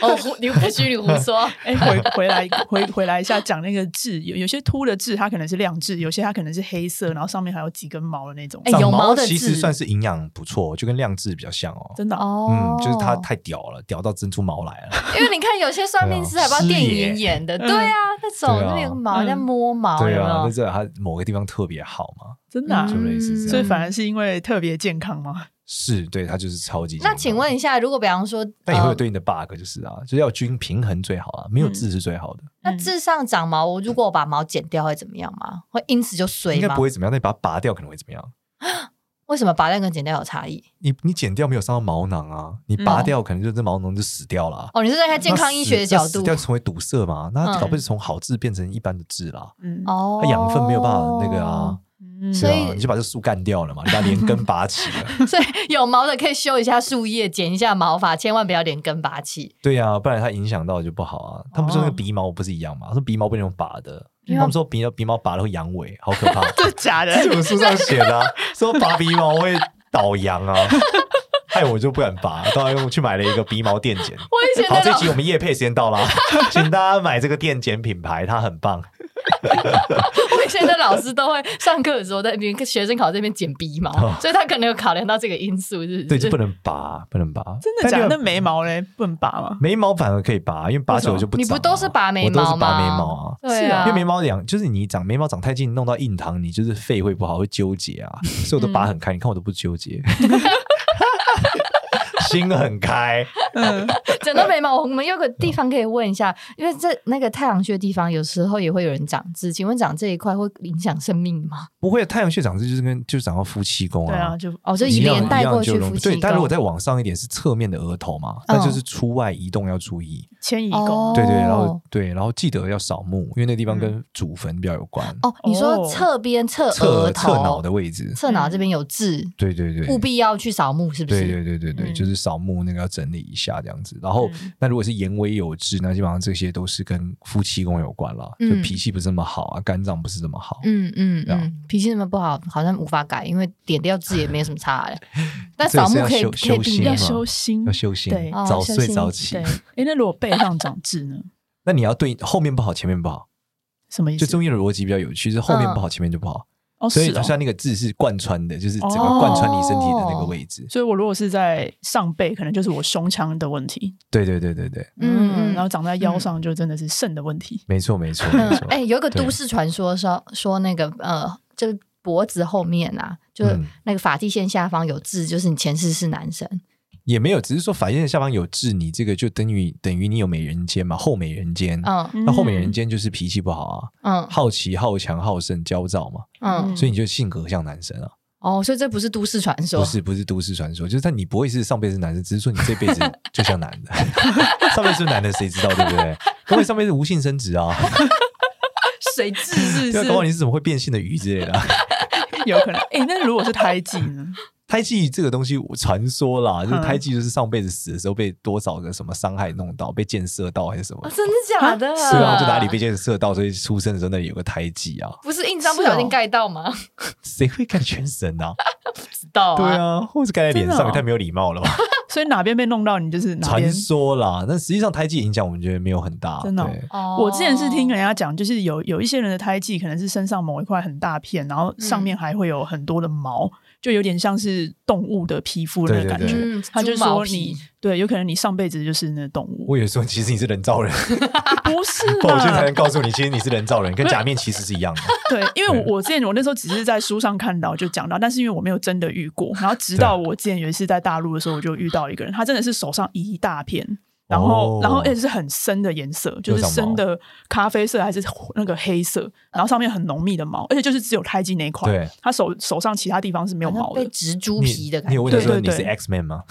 Speaker 2: 哦，胡你不许你胡 说。
Speaker 1: 哎，回回来回回来一下讲那个痣，有有些秃的痣它可能是亮痣，有些它可能是黑色，然后上面还有几根毛的那种
Speaker 2: 哎，
Speaker 3: 长
Speaker 2: 有
Speaker 3: 毛
Speaker 2: 毛的
Speaker 3: 其实
Speaker 2: 痣
Speaker 3: 算是营养不错，就跟亮痣比较像哦。
Speaker 1: 真的哦
Speaker 2: 哦
Speaker 3: 嗯，，就是它太屌了，屌到真出毛来了。
Speaker 2: 因为你看有些算命师还帮电影演的，
Speaker 1: 对
Speaker 2: 对
Speaker 1: 啊
Speaker 2: 啊，那种
Speaker 3: 对啊
Speaker 2: 那边有个毛
Speaker 1: 嗯
Speaker 2: 在摸毛，有没
Speaker 3: 对啊，那
Speaker 2: 有？
Speaker 3: 这它某个地方特别好嘛，
Speaker 1: 真的啊，
Speaker 2: 嗯
Speaker 3: 就类似这样
Speaker 1: 所以反而是因为特别健康吗？
Speaker 3: 是对它就是超级健康。
Speaker 2: 那请问一下，如果比方说，
Speaker 3: 但也会有
Speaker 2: 呃
Speaker 3: 对应的 bug，就是啊，就是要均平衡最好啊，没有
Speaker 1: 嗯
Speaker 3: 痣是最好的，
Speaker 2: 那
Speaker 1: 嗯
Speaker 2: 痣上长毛，我如果我把毛剪掉会怎么样吗？会因此就
Speaker 3: 应
Speaker 2: 衰
Speaker 3: 该
Speaker 2: 吗
Speaker 3: 不？会怎么样。那你把它拔掉可能会怎么样？
Speaker 2: 为什么拔掉跟剪掉有差异？
Speaker 3: 你你剪掉没有伤到毛囊啊，你拔掉可能就这毛囊就死掉了啊、
Speaker 2: 哦，你是在看健康医学的角
Speaker 3: 那死
Speaker 2: 度
Speaker 3: 那死掉成为堵塞嘛？那它
Speaker 2: 嗯
Speaker 3: 搞不是从好痣变成一般的痣啦？
Speaker 1: 嗯，
Speaker 2: 哦，
Speaker 3: 它养分没有办法那个啊，
Speaker 1: 嗯
Speaker 3: 对
Speaker 2: 所以
Speaker 3: 啊，你就把这树干掉了嘛，你把连根拔起 了。
Speaker 2: 所以有毛的可以修一下树叶，剪一下毛发，千万不要连根拔 起。
Speaker 3: 对啊，不然它影响到就不好啊。他们说那个鼻毛不是一样嘛？说鼻毛不能用拔的，
Speaker 2: 哦因为
Speaker 3: 他们说鼻鼻毛拔了会阳痿，好 可怕。
Speaker 1: 真的假的？
Speaker 3: 这本书上写的、啊，说拔鼻毛会倒羊啊，害我就不敢拔，当然我去买了一个鼻毛电
Speaker 2: 我
Speaker 3: 剪。
Speaker 2: 以前
Speaker 3: 好，
Speaker 2: 的
Speaker 3: 这
Speaker 2: 老
Speaker 3: 集我们夜配时间 到了啊，请大家买这个电剪品牌，它很棒。
Speaker 2: 我以前的老师都会上课的时候在你跟学生考这边剪鼻毛，
Speaker 3: 哦
Speaker 2: 所以他可能有考量到这个因素，是不
Speaker 3: 对，
Speaker 2: 是？
Speaker 3: 就不能拔，不能拔。
Speaker 1: 真的假的？
Speaker 3: 但
Speaker 1: 那
Speaker 3: 那个
Speaker 1: 眉毛嘞，不能拔吗？
Speaker 3: 眉毛反而可以拔，因为拔久了就不长
Speaker 2: 你
Speaker 3: 啊。
Speaker 2: 不都是拔眉
Speaker 3: 我都
Speaker 2: 毛
Speaker 3: 是拔
Speaker 2: 吗？
Speaker 3: 眉毛啊。
Speaker 2: 对
Speaker 1: 是啊
Speaker 2: 啊，
Speaker 3: 因为 眉毛长，就是你长眉毛长太近，弄到印堂，你就是肺会不好，会纠结啊，所以我都拔很开。你看我都不纠 结，心很开。
Speaker 1: 嗯，
Speaker 2: 讲到眉
Speaker 3: 呃
Speaker 2: 毛，我们有个地方可以问一
Speaker 3: 嗯
Speaker 2: 下，因为这那个太阳穴地方有时候也会有人长痣，请问长这一块会影响生命吗？
Speaker 3: 不会，太阳穴长痣就是跟就长到夫妻宫
Speaker 1: 对啊，
Speaker 3: 啊，
Speaker 1: 就
Speaker 2: 哦，就
Speaker 3: 一样
Speaker 2: 连
Speaker 3: 一
Speaker 2: 带
Speaker 3: 样
Speaker 2: 过
Speaker 3: 就
Speaker 2: 去
Speaker 3: 容易
Speaker 2: 夫
Speaker 3: 对，
Speaker 2: 妻
Speaker 3: 但如
Speaker 2: 宫。
Speaker 3: 果再往上一点是侧面的额头嘛，
Speaker 2: 嗯
Speaker 3: 那就是出外移动要注意。
Speaker 1: 迁移
Speaker 2: 哦嗯
Speaker 1: 宫。
Speaker 3: 对对，然后对，然后记得要扫墓，因为那地方跟祖坟比较有关。
Speaker 2: 哦，你说
Speaker 1: 哦
Speaker 2: 侧边侧
Speaker 3: 侧
Speaker 2: 额头、
Speaker 3: 侧脑的位置，
Speaker 2: 侧脑这边有痣，
Speaker 3: 对对对，
Speaker 2: 务必要去扫墓，是不
Speaker 3: 对
Speaker 2: 是？
Speaker 3: 对对对对，
Speaker 1: 嗯
Speaker 3: 就是扫墓那个要整理一下这样子。然后，
Speaker 1: 嗯
Speaker 3: 那如果是言为有志，那基本上这些都是跟夫妻宫有关了，
Speaker 2: 嗯
Speaker 3: 就脾气不是那么好啊，肝脏不是这么好。
Speaker 2: 嗯嗯
Speaker 3: 对啊
Speaker 2: 嗯，脾气那么不好，好像无法改，因为点掉痣也没有什么差 嘞。但
Speaker 3: 这也
Speaker 2: 扫
Speaker 3: 是
Speaker 2: 墓
Speaker 3: 要
Speaker 2: 可以
Speaker 3: 修
Speaker 2: 可以
Speaker 3: 修
Speaker 2: 避
Speaker 3: 心
Speaker 1: 要
Speaker 2: 免
Speaker 3: 嘛
Speaker 1: 修心
Speaker 3: 要修心
Speaker 1: 对，
Speaker 2: 哦
Speaker 3: 早
Speaker 2: 修
Speaker 3: 睡
Speaker 2: 心
Speaker 3: 早起
Speaker 1: 对，。哎，那如果背上长痣呢？
Speaker 3: 那你要对后面不好，前面不好，
Speaker 1: 什么意
Speaker 3: 就
Speaker 1: 思？
Speaker 3: 中医的逻辑比较有趣，是后面不好，前面就不好。
Speaker 1: 哦，
Speaker 3: 所
Speaker 1: 嗯
Speaker 3: 以
Speaker 1: 是哦
Speaker 3: 它像那个字是贯穿的，就是整个
Speaker 1: 哦
Speaker 3: 贯穿你身体的那个位置。
Speaker 1: 所以我如果是在上背，可能就是我胸腔的问题，
Speaker 3: 对对对对对，
Speaker 2: 嗯嗯
Speaker 1: 然后长在腰上就真的是肾的问题。
Speaker 3: 没错没错
Speaker 2: 嗯
Speaker 3: 没错，。
Speaker 2: 哎，有一个
Speaker 3: 对
Speaker 2: 都市传说说说那个呃，这个脖子后面啊，就是
Speaker 3: 嗯
Speaker 2: 那个发际线下方有痣，就是你前世是男生。
Speaker 3: 也没有，只是说法院下方有痣，你这个就等于等于你有美人尖嘛，后美人尖。
Speaker 2: 嗯
Speaker 3: 那后美人
Speaker 1: 嗯
Speaker 3: 尖就是脾气不好啊，
Speaker 2: 嗯
Speaker 3: 好奇、好强、好胜、焦躁嘛，
Speaker 2: 嗯，
Speaker 3: 所以你就性格像男生啊，
Speaker 2: 哦，所以这不是都市传
Speaker 1: 哦
Speaker 2: 说，
Speaker 3: 不是不是都市传说，就是但你不会是上辈子男生，只是说你这辈子就像男 的，上辈子是男的谁知道对不对？不会上辈子无性生 殖啊，
Speaker 1: 谁治是
Speaker 3: 对
Speaker 1: 不
Speaker 3: 啊，
Speaker 1: 是
Speaker 3: 搞不好你是怎么会变性的鱼之类的啊、
Speaker 1: 有 可能。哎、那如果是胎记呢？
Speaker 3: 胎记这个东西，我传说啦，就是
Speaker 1: 嗯
Speaker 3: 胎记就是上辈子死的时候被多少个什么伤害弄到，被箭射到还是什么
Speaker 2: 哦，？真的假的？
Speaker 1: 啊
Speaker 3: 是啊，就哪里被箭射到，所以出生的时候那里有个胎记啊，
Speaker 2: 不是印章不小
Speaker 1: 是
Speaker 2: 心
Speaker 1: 哦
Speaker 2: 盖 到吗？
Speaker 3: 谁会盖全身啊？
Speaker 2: 知道
Speaker 3: 对，啊，或者盖在脸
Speaker 1: 真的
Speaker 3: 上，
Speaker 1: 哦
Speaker 3: 也太没有礼貌了吧？
Speaker 1: 所以哪边被弄到，你就是 哪边
Speaker 3: 传。说啦，但实际上胎记影响我们觉得没有很大，啊
Speaker 1: 真的哦
Speaker 3: 对
Speaker 2: 哦
Speaker 1: 我之前是听人家讲，就是有有一些人的胎记可能是身上某一块很大片，然后上面还会有很多的毛，就有点像是动物的皮肤那个感觉。
Speaker 3: 对对
Speaker 2: 嗯，
Speaker 1: 他就
Speaker 2: 猪毛
Speaker 1: 说
Speaker 2: 皮
Speaker 1: 你对，有可能你上辈子就是那动物，
Speaker 3: 我有时候其实你是人 造人，
Speaker 1: 啊不是
Speaker 3: 不然我现在才
Speaker 1: 啦
Speaker 3: 能。告诉你，其实你是人造人，跟假面骑士是一 样的。
Speaker 1: 对，因为我我之前我那时候只是在书上看到就讲到，但是因为我没有真的遇过，然后直到我之前有一次在大陆的时候，我就遇到一个人，他真的是手上一大片。然后
Speaker 3: 哦，
Speaker 1: 然后而且是很深的颜色，就
Speaker 3: 有
Speaker 1: 是
Speaker 3: 长
Speaker 1: 深
Speaker 3: 毛
Speaker 1: 的咖啡色还是那个黑色，然后上面很浓密的毛，而且就是只有胎记那一块，
Speaker 3: 对，
Speaker 1: 他手手上其他地方是没有
Speaker 2: 好像
Speaker 1: 毛的
Speaker 2: 被。植猪
Speaker 3: 你
Speaker 2: 皮的感
Speaker 3: 你有
Speaker 2: 觉。
Speaker 3: 问他说
Speaker 1: 对
Speaker 3: 你
Speaker 1: 对
Speaker 3: 是
Speaker 1: 对
Speaker 3: X Man 吗？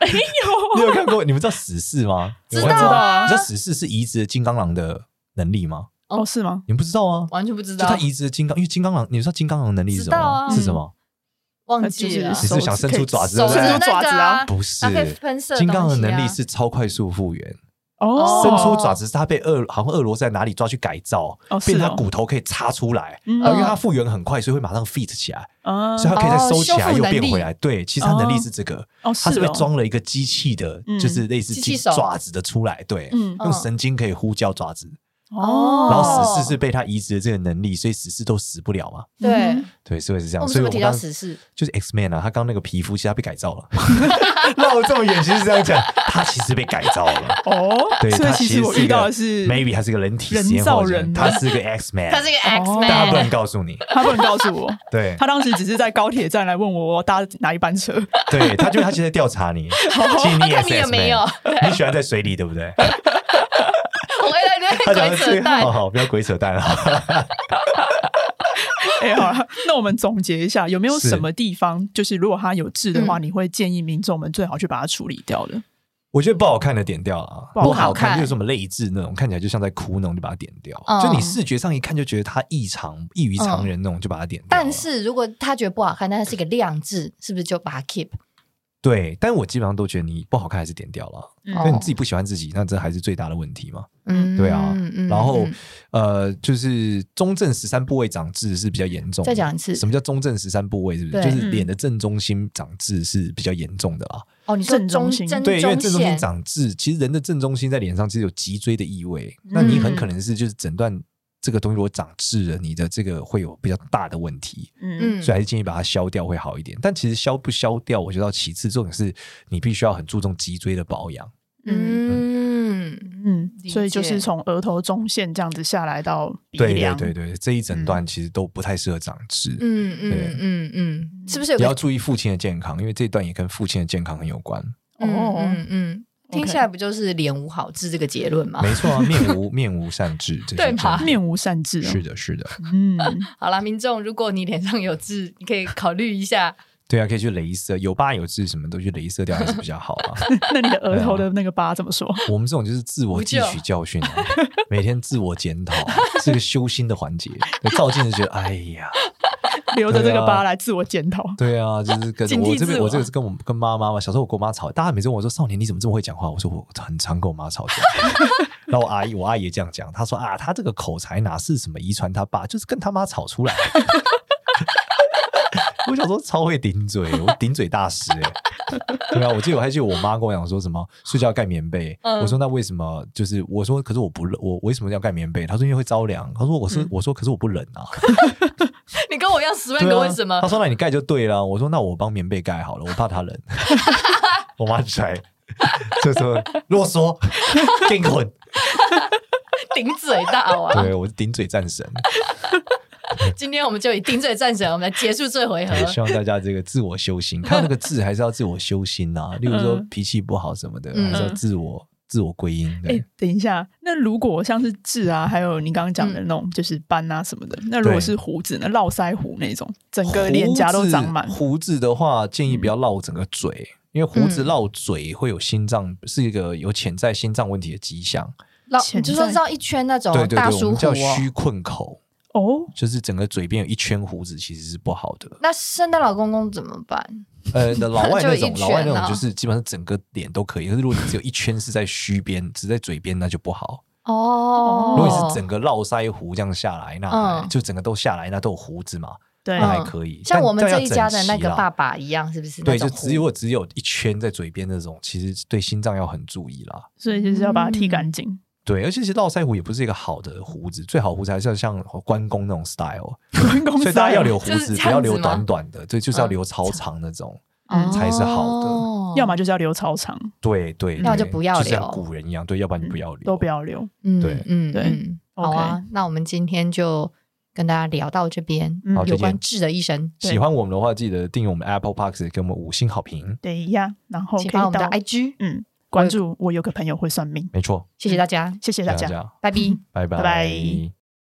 Speaker 1: 没有，
Speaker 3: 你有看过？你们知道死侍吗？
Speaker 2: 知
Speaker 3: 你们
Speaker 1: 道啊
Speaker 3: 你知道死侍是移植金刚狼的能力吗？
Speaker 1: 哦，是吗？
Speaker 3: 你们不知道啊？
Speaker 2: 完全不知
Speaker 3: 就
Speaker 2: 道，
Speaker 3: 他移植金刚，因为金刚狼，你知道金刚狼的能力是什
Speaker 2: 知
Speaker 3: 么
Speaker 2: 道
Speaker 3: 吗？
Speaker 2: 啊
Speaker 3: 是什么？
Speaker 2: 忘记了。
Speaker 1: 就是
Speaker 3: 你是不是想
Speaker 1: 手
Speaker 3: 伸
Speaker 1: 指
Speaker 3: 出爪子，对
Speaker 2: 手指
Speaker 3: 不
Speaker 1: 伸
Speaker 3: 对
Speaker 1: 出？爪子啊
Speaker 3: 不是
Speaker 2: 嗯它可以喷射的
Speaker 3: 金刚狼的
Speaker 2: 东西啊
Speaker 3: 能力是超快速复原，
Speaker 1: 哦，
Speaker 3: 伸出爪子是他被俄好像俄罗斯在哪里抓去改造
Speaker 1: 哦，是
Speaker 3: 变他
Speaker 1: 哦
Speaker 3: 骨头可以插出来，啊
Speaker 1: 嗯
Speaker 3: 哦然后因为它复原很快，所以会马上 fit 起来，
Speaker 1: 啊
Speaker 3: 所以它可以再
Speaker 2: 哦
Speaker 3: 收起来
Speaker 2: 修复
Speaker 3: 又
Speaker 2: 能
Speaker 3: 变
Speaker 2: 力
Speaker 3: 回来。对，其实它能力
Speaker 1: 哦
Speaker 3: 是这个，
Speaker 1: 哦
Speaker 3: 它
Speaker 1: 是
Speaker 3: 是被
Speaker 1: 哦
Speaker 3: 装了一个机器的，
Speaker 1: 嗯
Speaker 3: 就是类似
Speaker 2: 机器
Speaker 3: 金
Speaker 2: 手
Speaker 3: 爪子的出来，对，
Speaker 1: 嗯
Speaker 3: 用神经可以呼叫爪子。
Speaker 1: 哦，
Speaker 3: 然后死侍是被他移植的这个能力，所以死侍都死不了嘛。
Speaker 2: 对，
Speaker 3: 对，所以是这
Speaker 2: 我
Speaker 3: 样。
Speaker 2: 们
Speaker 3: 嗯所
Speaker 2: 是
Speaker 3: 以
Speaker 2: 不是
Speaker 3: 我
Speaker 2: 提
Speaker 3: 们
Speaker 2: 到
Speaker 3: 刚
Speaker 2: 死侍？
Speaker 3: 就是 X Man 啊，他刚刚那个皮肤其实他被改造了， 绕得这么远，其实是这样讲，他其实被改造了。
Speaker 1: 哦，
Speaker 3: 对，
Speaker 1: 所以
Speaker 3: 他
Speaker 1: 其实
Speaker 3: 其实
Speaker 1: 我
Speaker 3: 是一
Speaker 1: 遇
Speaker 3: 个
Speaker 1: 到的是
Speaker 3: maybe 他是一个人体
Speaker 1: 人
Speaker 3: 实验
Speaker 1: 造
Speaker 3: 后
Speaker 1: 人
Speaker 3: 人，
Speaker 1: 吗
Speaker 3: 他是一个 X Man，
Speaker 2: 他是个 X
Speaker 1: 哦
Speaker 3: 哎但他不能
Speaker 2: Man，
Speaker 3: 告诉你，
Speaker 1: 他不能告诉 我，
Speaker 3: 对
Speaker 1: 他当时只是在高铁站来问我我搭哪一班 车。
Speaker 3: 对，他就是他其实在调查你，其实你也
Speaker 2: 看
Speaker 3: 是
Speaker 2: 你有
Speaker 3: X
Speaker 2: 没有
Speaker 3: Man，你喜欢在水里对不对？
Speaker 2: 我在那边
Speaker 3: 他讲的
Speaker 2: 鬼扯
Speaker 3: 是好
Speaker 2: 淡。
Speaker 3: 好，不要鬼扯淡啊。
Speaker 1: 哎、好了，那我们总结一下，有没有
Speaker 3: 是
Speaker 1: 什么地方，就是如果他有痣的话，
Speaker 3: 嗯
Speaker 1: 你会建议民众们最好去把它处理掉的？
Speaker 3: 我觉得不好看的点掉了啊，
Speaker 1: 不好看
Speaker 3: 好看
Speaker 2: 看
Speaker 3: 就是什么泪痣那种，看起来就像在哭那种，就把它点掉。
Speaker 2: 嗯
Speaker 3: 就你视觉上一看就觉得它异常异于常人那种，就把它点掉。
Speaker 2: 但，是如果他觉得不好看，但它是一个亮字，是不是就把它 keep？
Speaker 3: 对，但我基本上都觉得你不好看还是点掉了。
Speaker 2: 哦
Speaker 3: 因为你自己不喜欢自己，那这还是最大的问题嘛。
Speaker 2: 嗯，
Speaker 3: 对啊
Speaker 2: 嗯嗯
Speaker 3: 然后
Speaker 2: 嗯，
Speaker 3: 呃，就是中正十三部位长痣是比较严重的。
Speaker 2: 再讲一次
Speaker 3: 什么叫中正十三部位？是不是
Speaker 2: 对嗯
Speaker 3: 就是脸的正中心长痣是比较严重的啦？
Speaker 2: 哦，你说
Speaker 1: 正中
Speaker 2: 中
Speaker 1: 心
Speaker 2: 正
Speaker 3: 对，因为正中心
Speaker 2: 线
Speaker 3: 长痣，其实人的正中心在脸上其实有脊椎的异味，那你很可能是就是诊断这个东西如果长痣了，你的这个会有比较大的问题，
Speaker 1: 嗯
Speaker 2: 嗯
Speaker 3: 所以还是建议把它消掉会好一点。但其实消不消掉，我觉得到其次，重点是你必须要很注重脊椎的保养。
Speaker 2: 嗯，
Speaker 1: 嗯，
Speaker 2: 理
Speaker 1: 所以就
Speaker 2: 解
Speaker 1: 是从额头中线这样子下来到鼻
Speaker 3: 对
Speaker 1: 梁，
Speaker 3: 对对对，这一整段其实都不太适合长痣。
Speaker 2: 嗯
Speaker 3: 对
Speaker 2: 嗯嗯嗯，是不是有
Speaker 3: 也要
Speaker 2: 个
Speaker 3: 注意父亲的健康，因为这一段也跟父亲的健康很有关。
Speaker 2: 嗯
Speaker 1: 哦
Speaker 2: 嗯嗯，听
Speaker 1: OK
Speaker 2: 起来不就是脸无好痣这个结论吗？
Speaker 3: 没错啊，面无 面无善治，这是
Speaker 2: 对吧
Speaker 3: 真的
Speaker 1: 面无善痣、
Speaker 3: 是，的，是的，
Speaker 1: 嗯，
Speaker 2: 好啦，民众，如果你脸上有痣， 你可以考虑一下。
Speaker 3: 对啊，可以去镭射，有疤有痣什么都去镭射掉还是比较好啊。
Speaker 1: 那你的额头的那个疤怎 么说？
Speaker 3: 我们这种就是自我汲取教训、啊，每天自我检讨，是个修心的环节。对照镜子觉得，哎呀，
Speaker 1: 留着这个
Speaker 3: 对啊
Speaker 1: 疤来自我检讨。
Speaker 3: 对啊，就是跟
Speaker 1: 警惕
Speaker 3: 我这边，
Speaker 1: 自我
Speaker 3: 我这个是跟我跟妈妈嘛。小时候我跟我妈吵，大家每次问我说：“少年你怎么这么会讲话？”我说：“我很常跟我妈吵架。” 然后我阿姨，我阿姨也这样讲，她说：“啊，她这个口才哪是什么遗传她爸，就是跟她妈吵出来。”我小时候超会顶嘴，我顶嘴大师哎、对啊，我记得我还记得我妈跟我讲说什么睡觉盖棉被，
Speaker 2: 嗯
Speaker 3: 我说那为什么？就是我说可是我不冷，我我为什么要盖棉被？她说因为会着凉。她说我
Speaker 1: 嗯
Speaker 3: 是、我说可是我不冷啊。
Speaker 2: 你跟我一样十万
Speaker 3: 对
Speaker 2: 个
Speaker 3: 啊，
Speaker 2: 为什么？
Speaker 3: 他说：“那你盖就对了。”我说：“那我帮棉被盖好了，我怕它冷。” 我妈才 就说 啰嗦， 给你滚！
Speaker 2: 顶嘴大王。啊
Speaker 3: 对我是顶嘴战神。
Speaker 2: 今天我们就以定罪战神，我们来结束这回合。
Speaker 3: 对，希望大家这个自我 修心，看那个字还是要自我修心呐、例如说
Speaker 1: 嗯
Speaker 3: 脾气不好什么的，
Speaker 2: 嗯
Speaker 3: 还是要自我自我归因。
Speaker 1: 哎、
Speaker 3: 对，
Speaker 1: 等一下，那如果像是痣啊，还有你刚刚讲的那种就是斑啊什么的，那如果
Speaker 3: 对
Speaker 1: 是胡子呢，络腮胡那种，整个脸颊都长满
Speaker 3: 胡，子胡子的话，建议不要绕整个嘴，因为胡
Speaker 2: 嗯
Speaker 3: 子绕嘴会有心脏，是一个有潜在心脏问题的迹象。
Speaker 2: 老
Speaker 1: 潜
Speaker 2: 你就说
Speaker 1: 在
Speaker 2: 绕一圈那种
Speaker 3: 对对
Speaker 2: 大
Speaker 3: 对，我
Speaker 2: 叔
Speaker 3: 们
Speaker 2: 虎
Speaker 3: 叫
Speaker 2: 哦。
Speaker 3: 虚困口，
Speaker 1: 哦，
Speaker 3: 就是整个嘴边有一圈胡子，其实是不好 的。
Speaker 2: 那圣诞老公公怎么办？
Speaker 3: 呃，那老外那
Speaker 2: 就一
Speaker 3: 种，
Speaker 2: 圈
Speaker 3: 老外那
Speaker 2: 啊
Speaker 3: 种就是基本上整个脸都可以，可是如果你只有一圈是在须边，只在嘴边，那就不好。
Speaker 2: 哦
Speaker 3: 如，果你是整个络腮胡这样下来，那还
Speaker 2: 嗯
Speaker 3: 就整个都下来，那都有胡子嘛，
Speaker 1: 对，
Speaker 3: 那
Speaker 2: 嗯
Speaker 3: 还可以。
Speaker 2: 像
Speaker 3: 但
Speaker 2: 我们
Speaker 3: 但
Speaker 2: 这
Speaker 3: 要
Speaker 2: 一家的
Speaker 3: 整齐
Speaker 2: 那个
Speaker 3: 啦
Speaker 2: 爸爸一样，是不是？
Speaker 3: 对，
Speaker 2: 那
Speaker 3: 就
Speaker 2: 种
Speaker 3: 只有只有一圈在嘴边那种，其实对心脏要很注意啦。
Speaker 1: 所以就是要把它剃干净。
Speaker 3: 对，而且其实络腮胡也不是一个好的胡子，最好胡子还是要像关公那种 style，
Speaker 1: 关公
Speaker 3: 嗯
Speaker 1: 啊
Speaker 3: 所以
Speaker 1: 杀
Speaker 3: 大家要
Speaker 1: 人
Speaker 3: 留胡
Speaker 2: 就是
Speaker 3: 子，
Speaker 2: 这
Speaker 3: 不要
Speaker 2: 样子
Speaker 3: 留
Speaker 2: 吗
Speaker 3: 短短的，对，就是要
Speaker 2: 嗯
Speaker 3: 留超长那种。
Speaker 2: 哦
Speaker 3: 才是好的
Speaker 1: 要么就是要留超长，
Speaker 3: 对对，
Speaker 2: 要
Speaker 3: 对
Speaker 2: 就不要
Speaker 3: 就像
Speaker 2: 留
Speaker 3: 古人一样，对，要不然你不要留，
Speaker 1: 都不。要留。
Speaker 2: 嗯，
Speaker 3: 对
Speaker 2: 嗯
Speaker 1: 对
Speaker 2: 嗯好
Speaker 1: OK
Speaker 2: 啊，那我们今天就跟大家聊到这边，
Speaker 1: 嗯好
Speaker 2: 有
Speaker 3: 再见
Speaker 2: 关智的一生，
Speaker 1: 对
Speaker 3: 喜欢我们的话，记得订阅我们 Apple Podcast，给我们五星好评。
Speaker 1: 等一下，然后可
Speaker 2: 请
Speaker 1: 以
Speaker 2: 帮我们的
Speaker 1: 到
Speaker 2: IG，
Speaker 1: 嗯关注。我有个朋友会算命，
Speaker 3: 没错，
Speaker 2: 谢谢大家，
Speaker 1: 谢谢大
Speaker 3: 大
Speaker 1: 家。
Speaker 3: 家，
Speaker 2: 拜拜。
Speaker 3: 拜拜
Speaker 1: 拜拜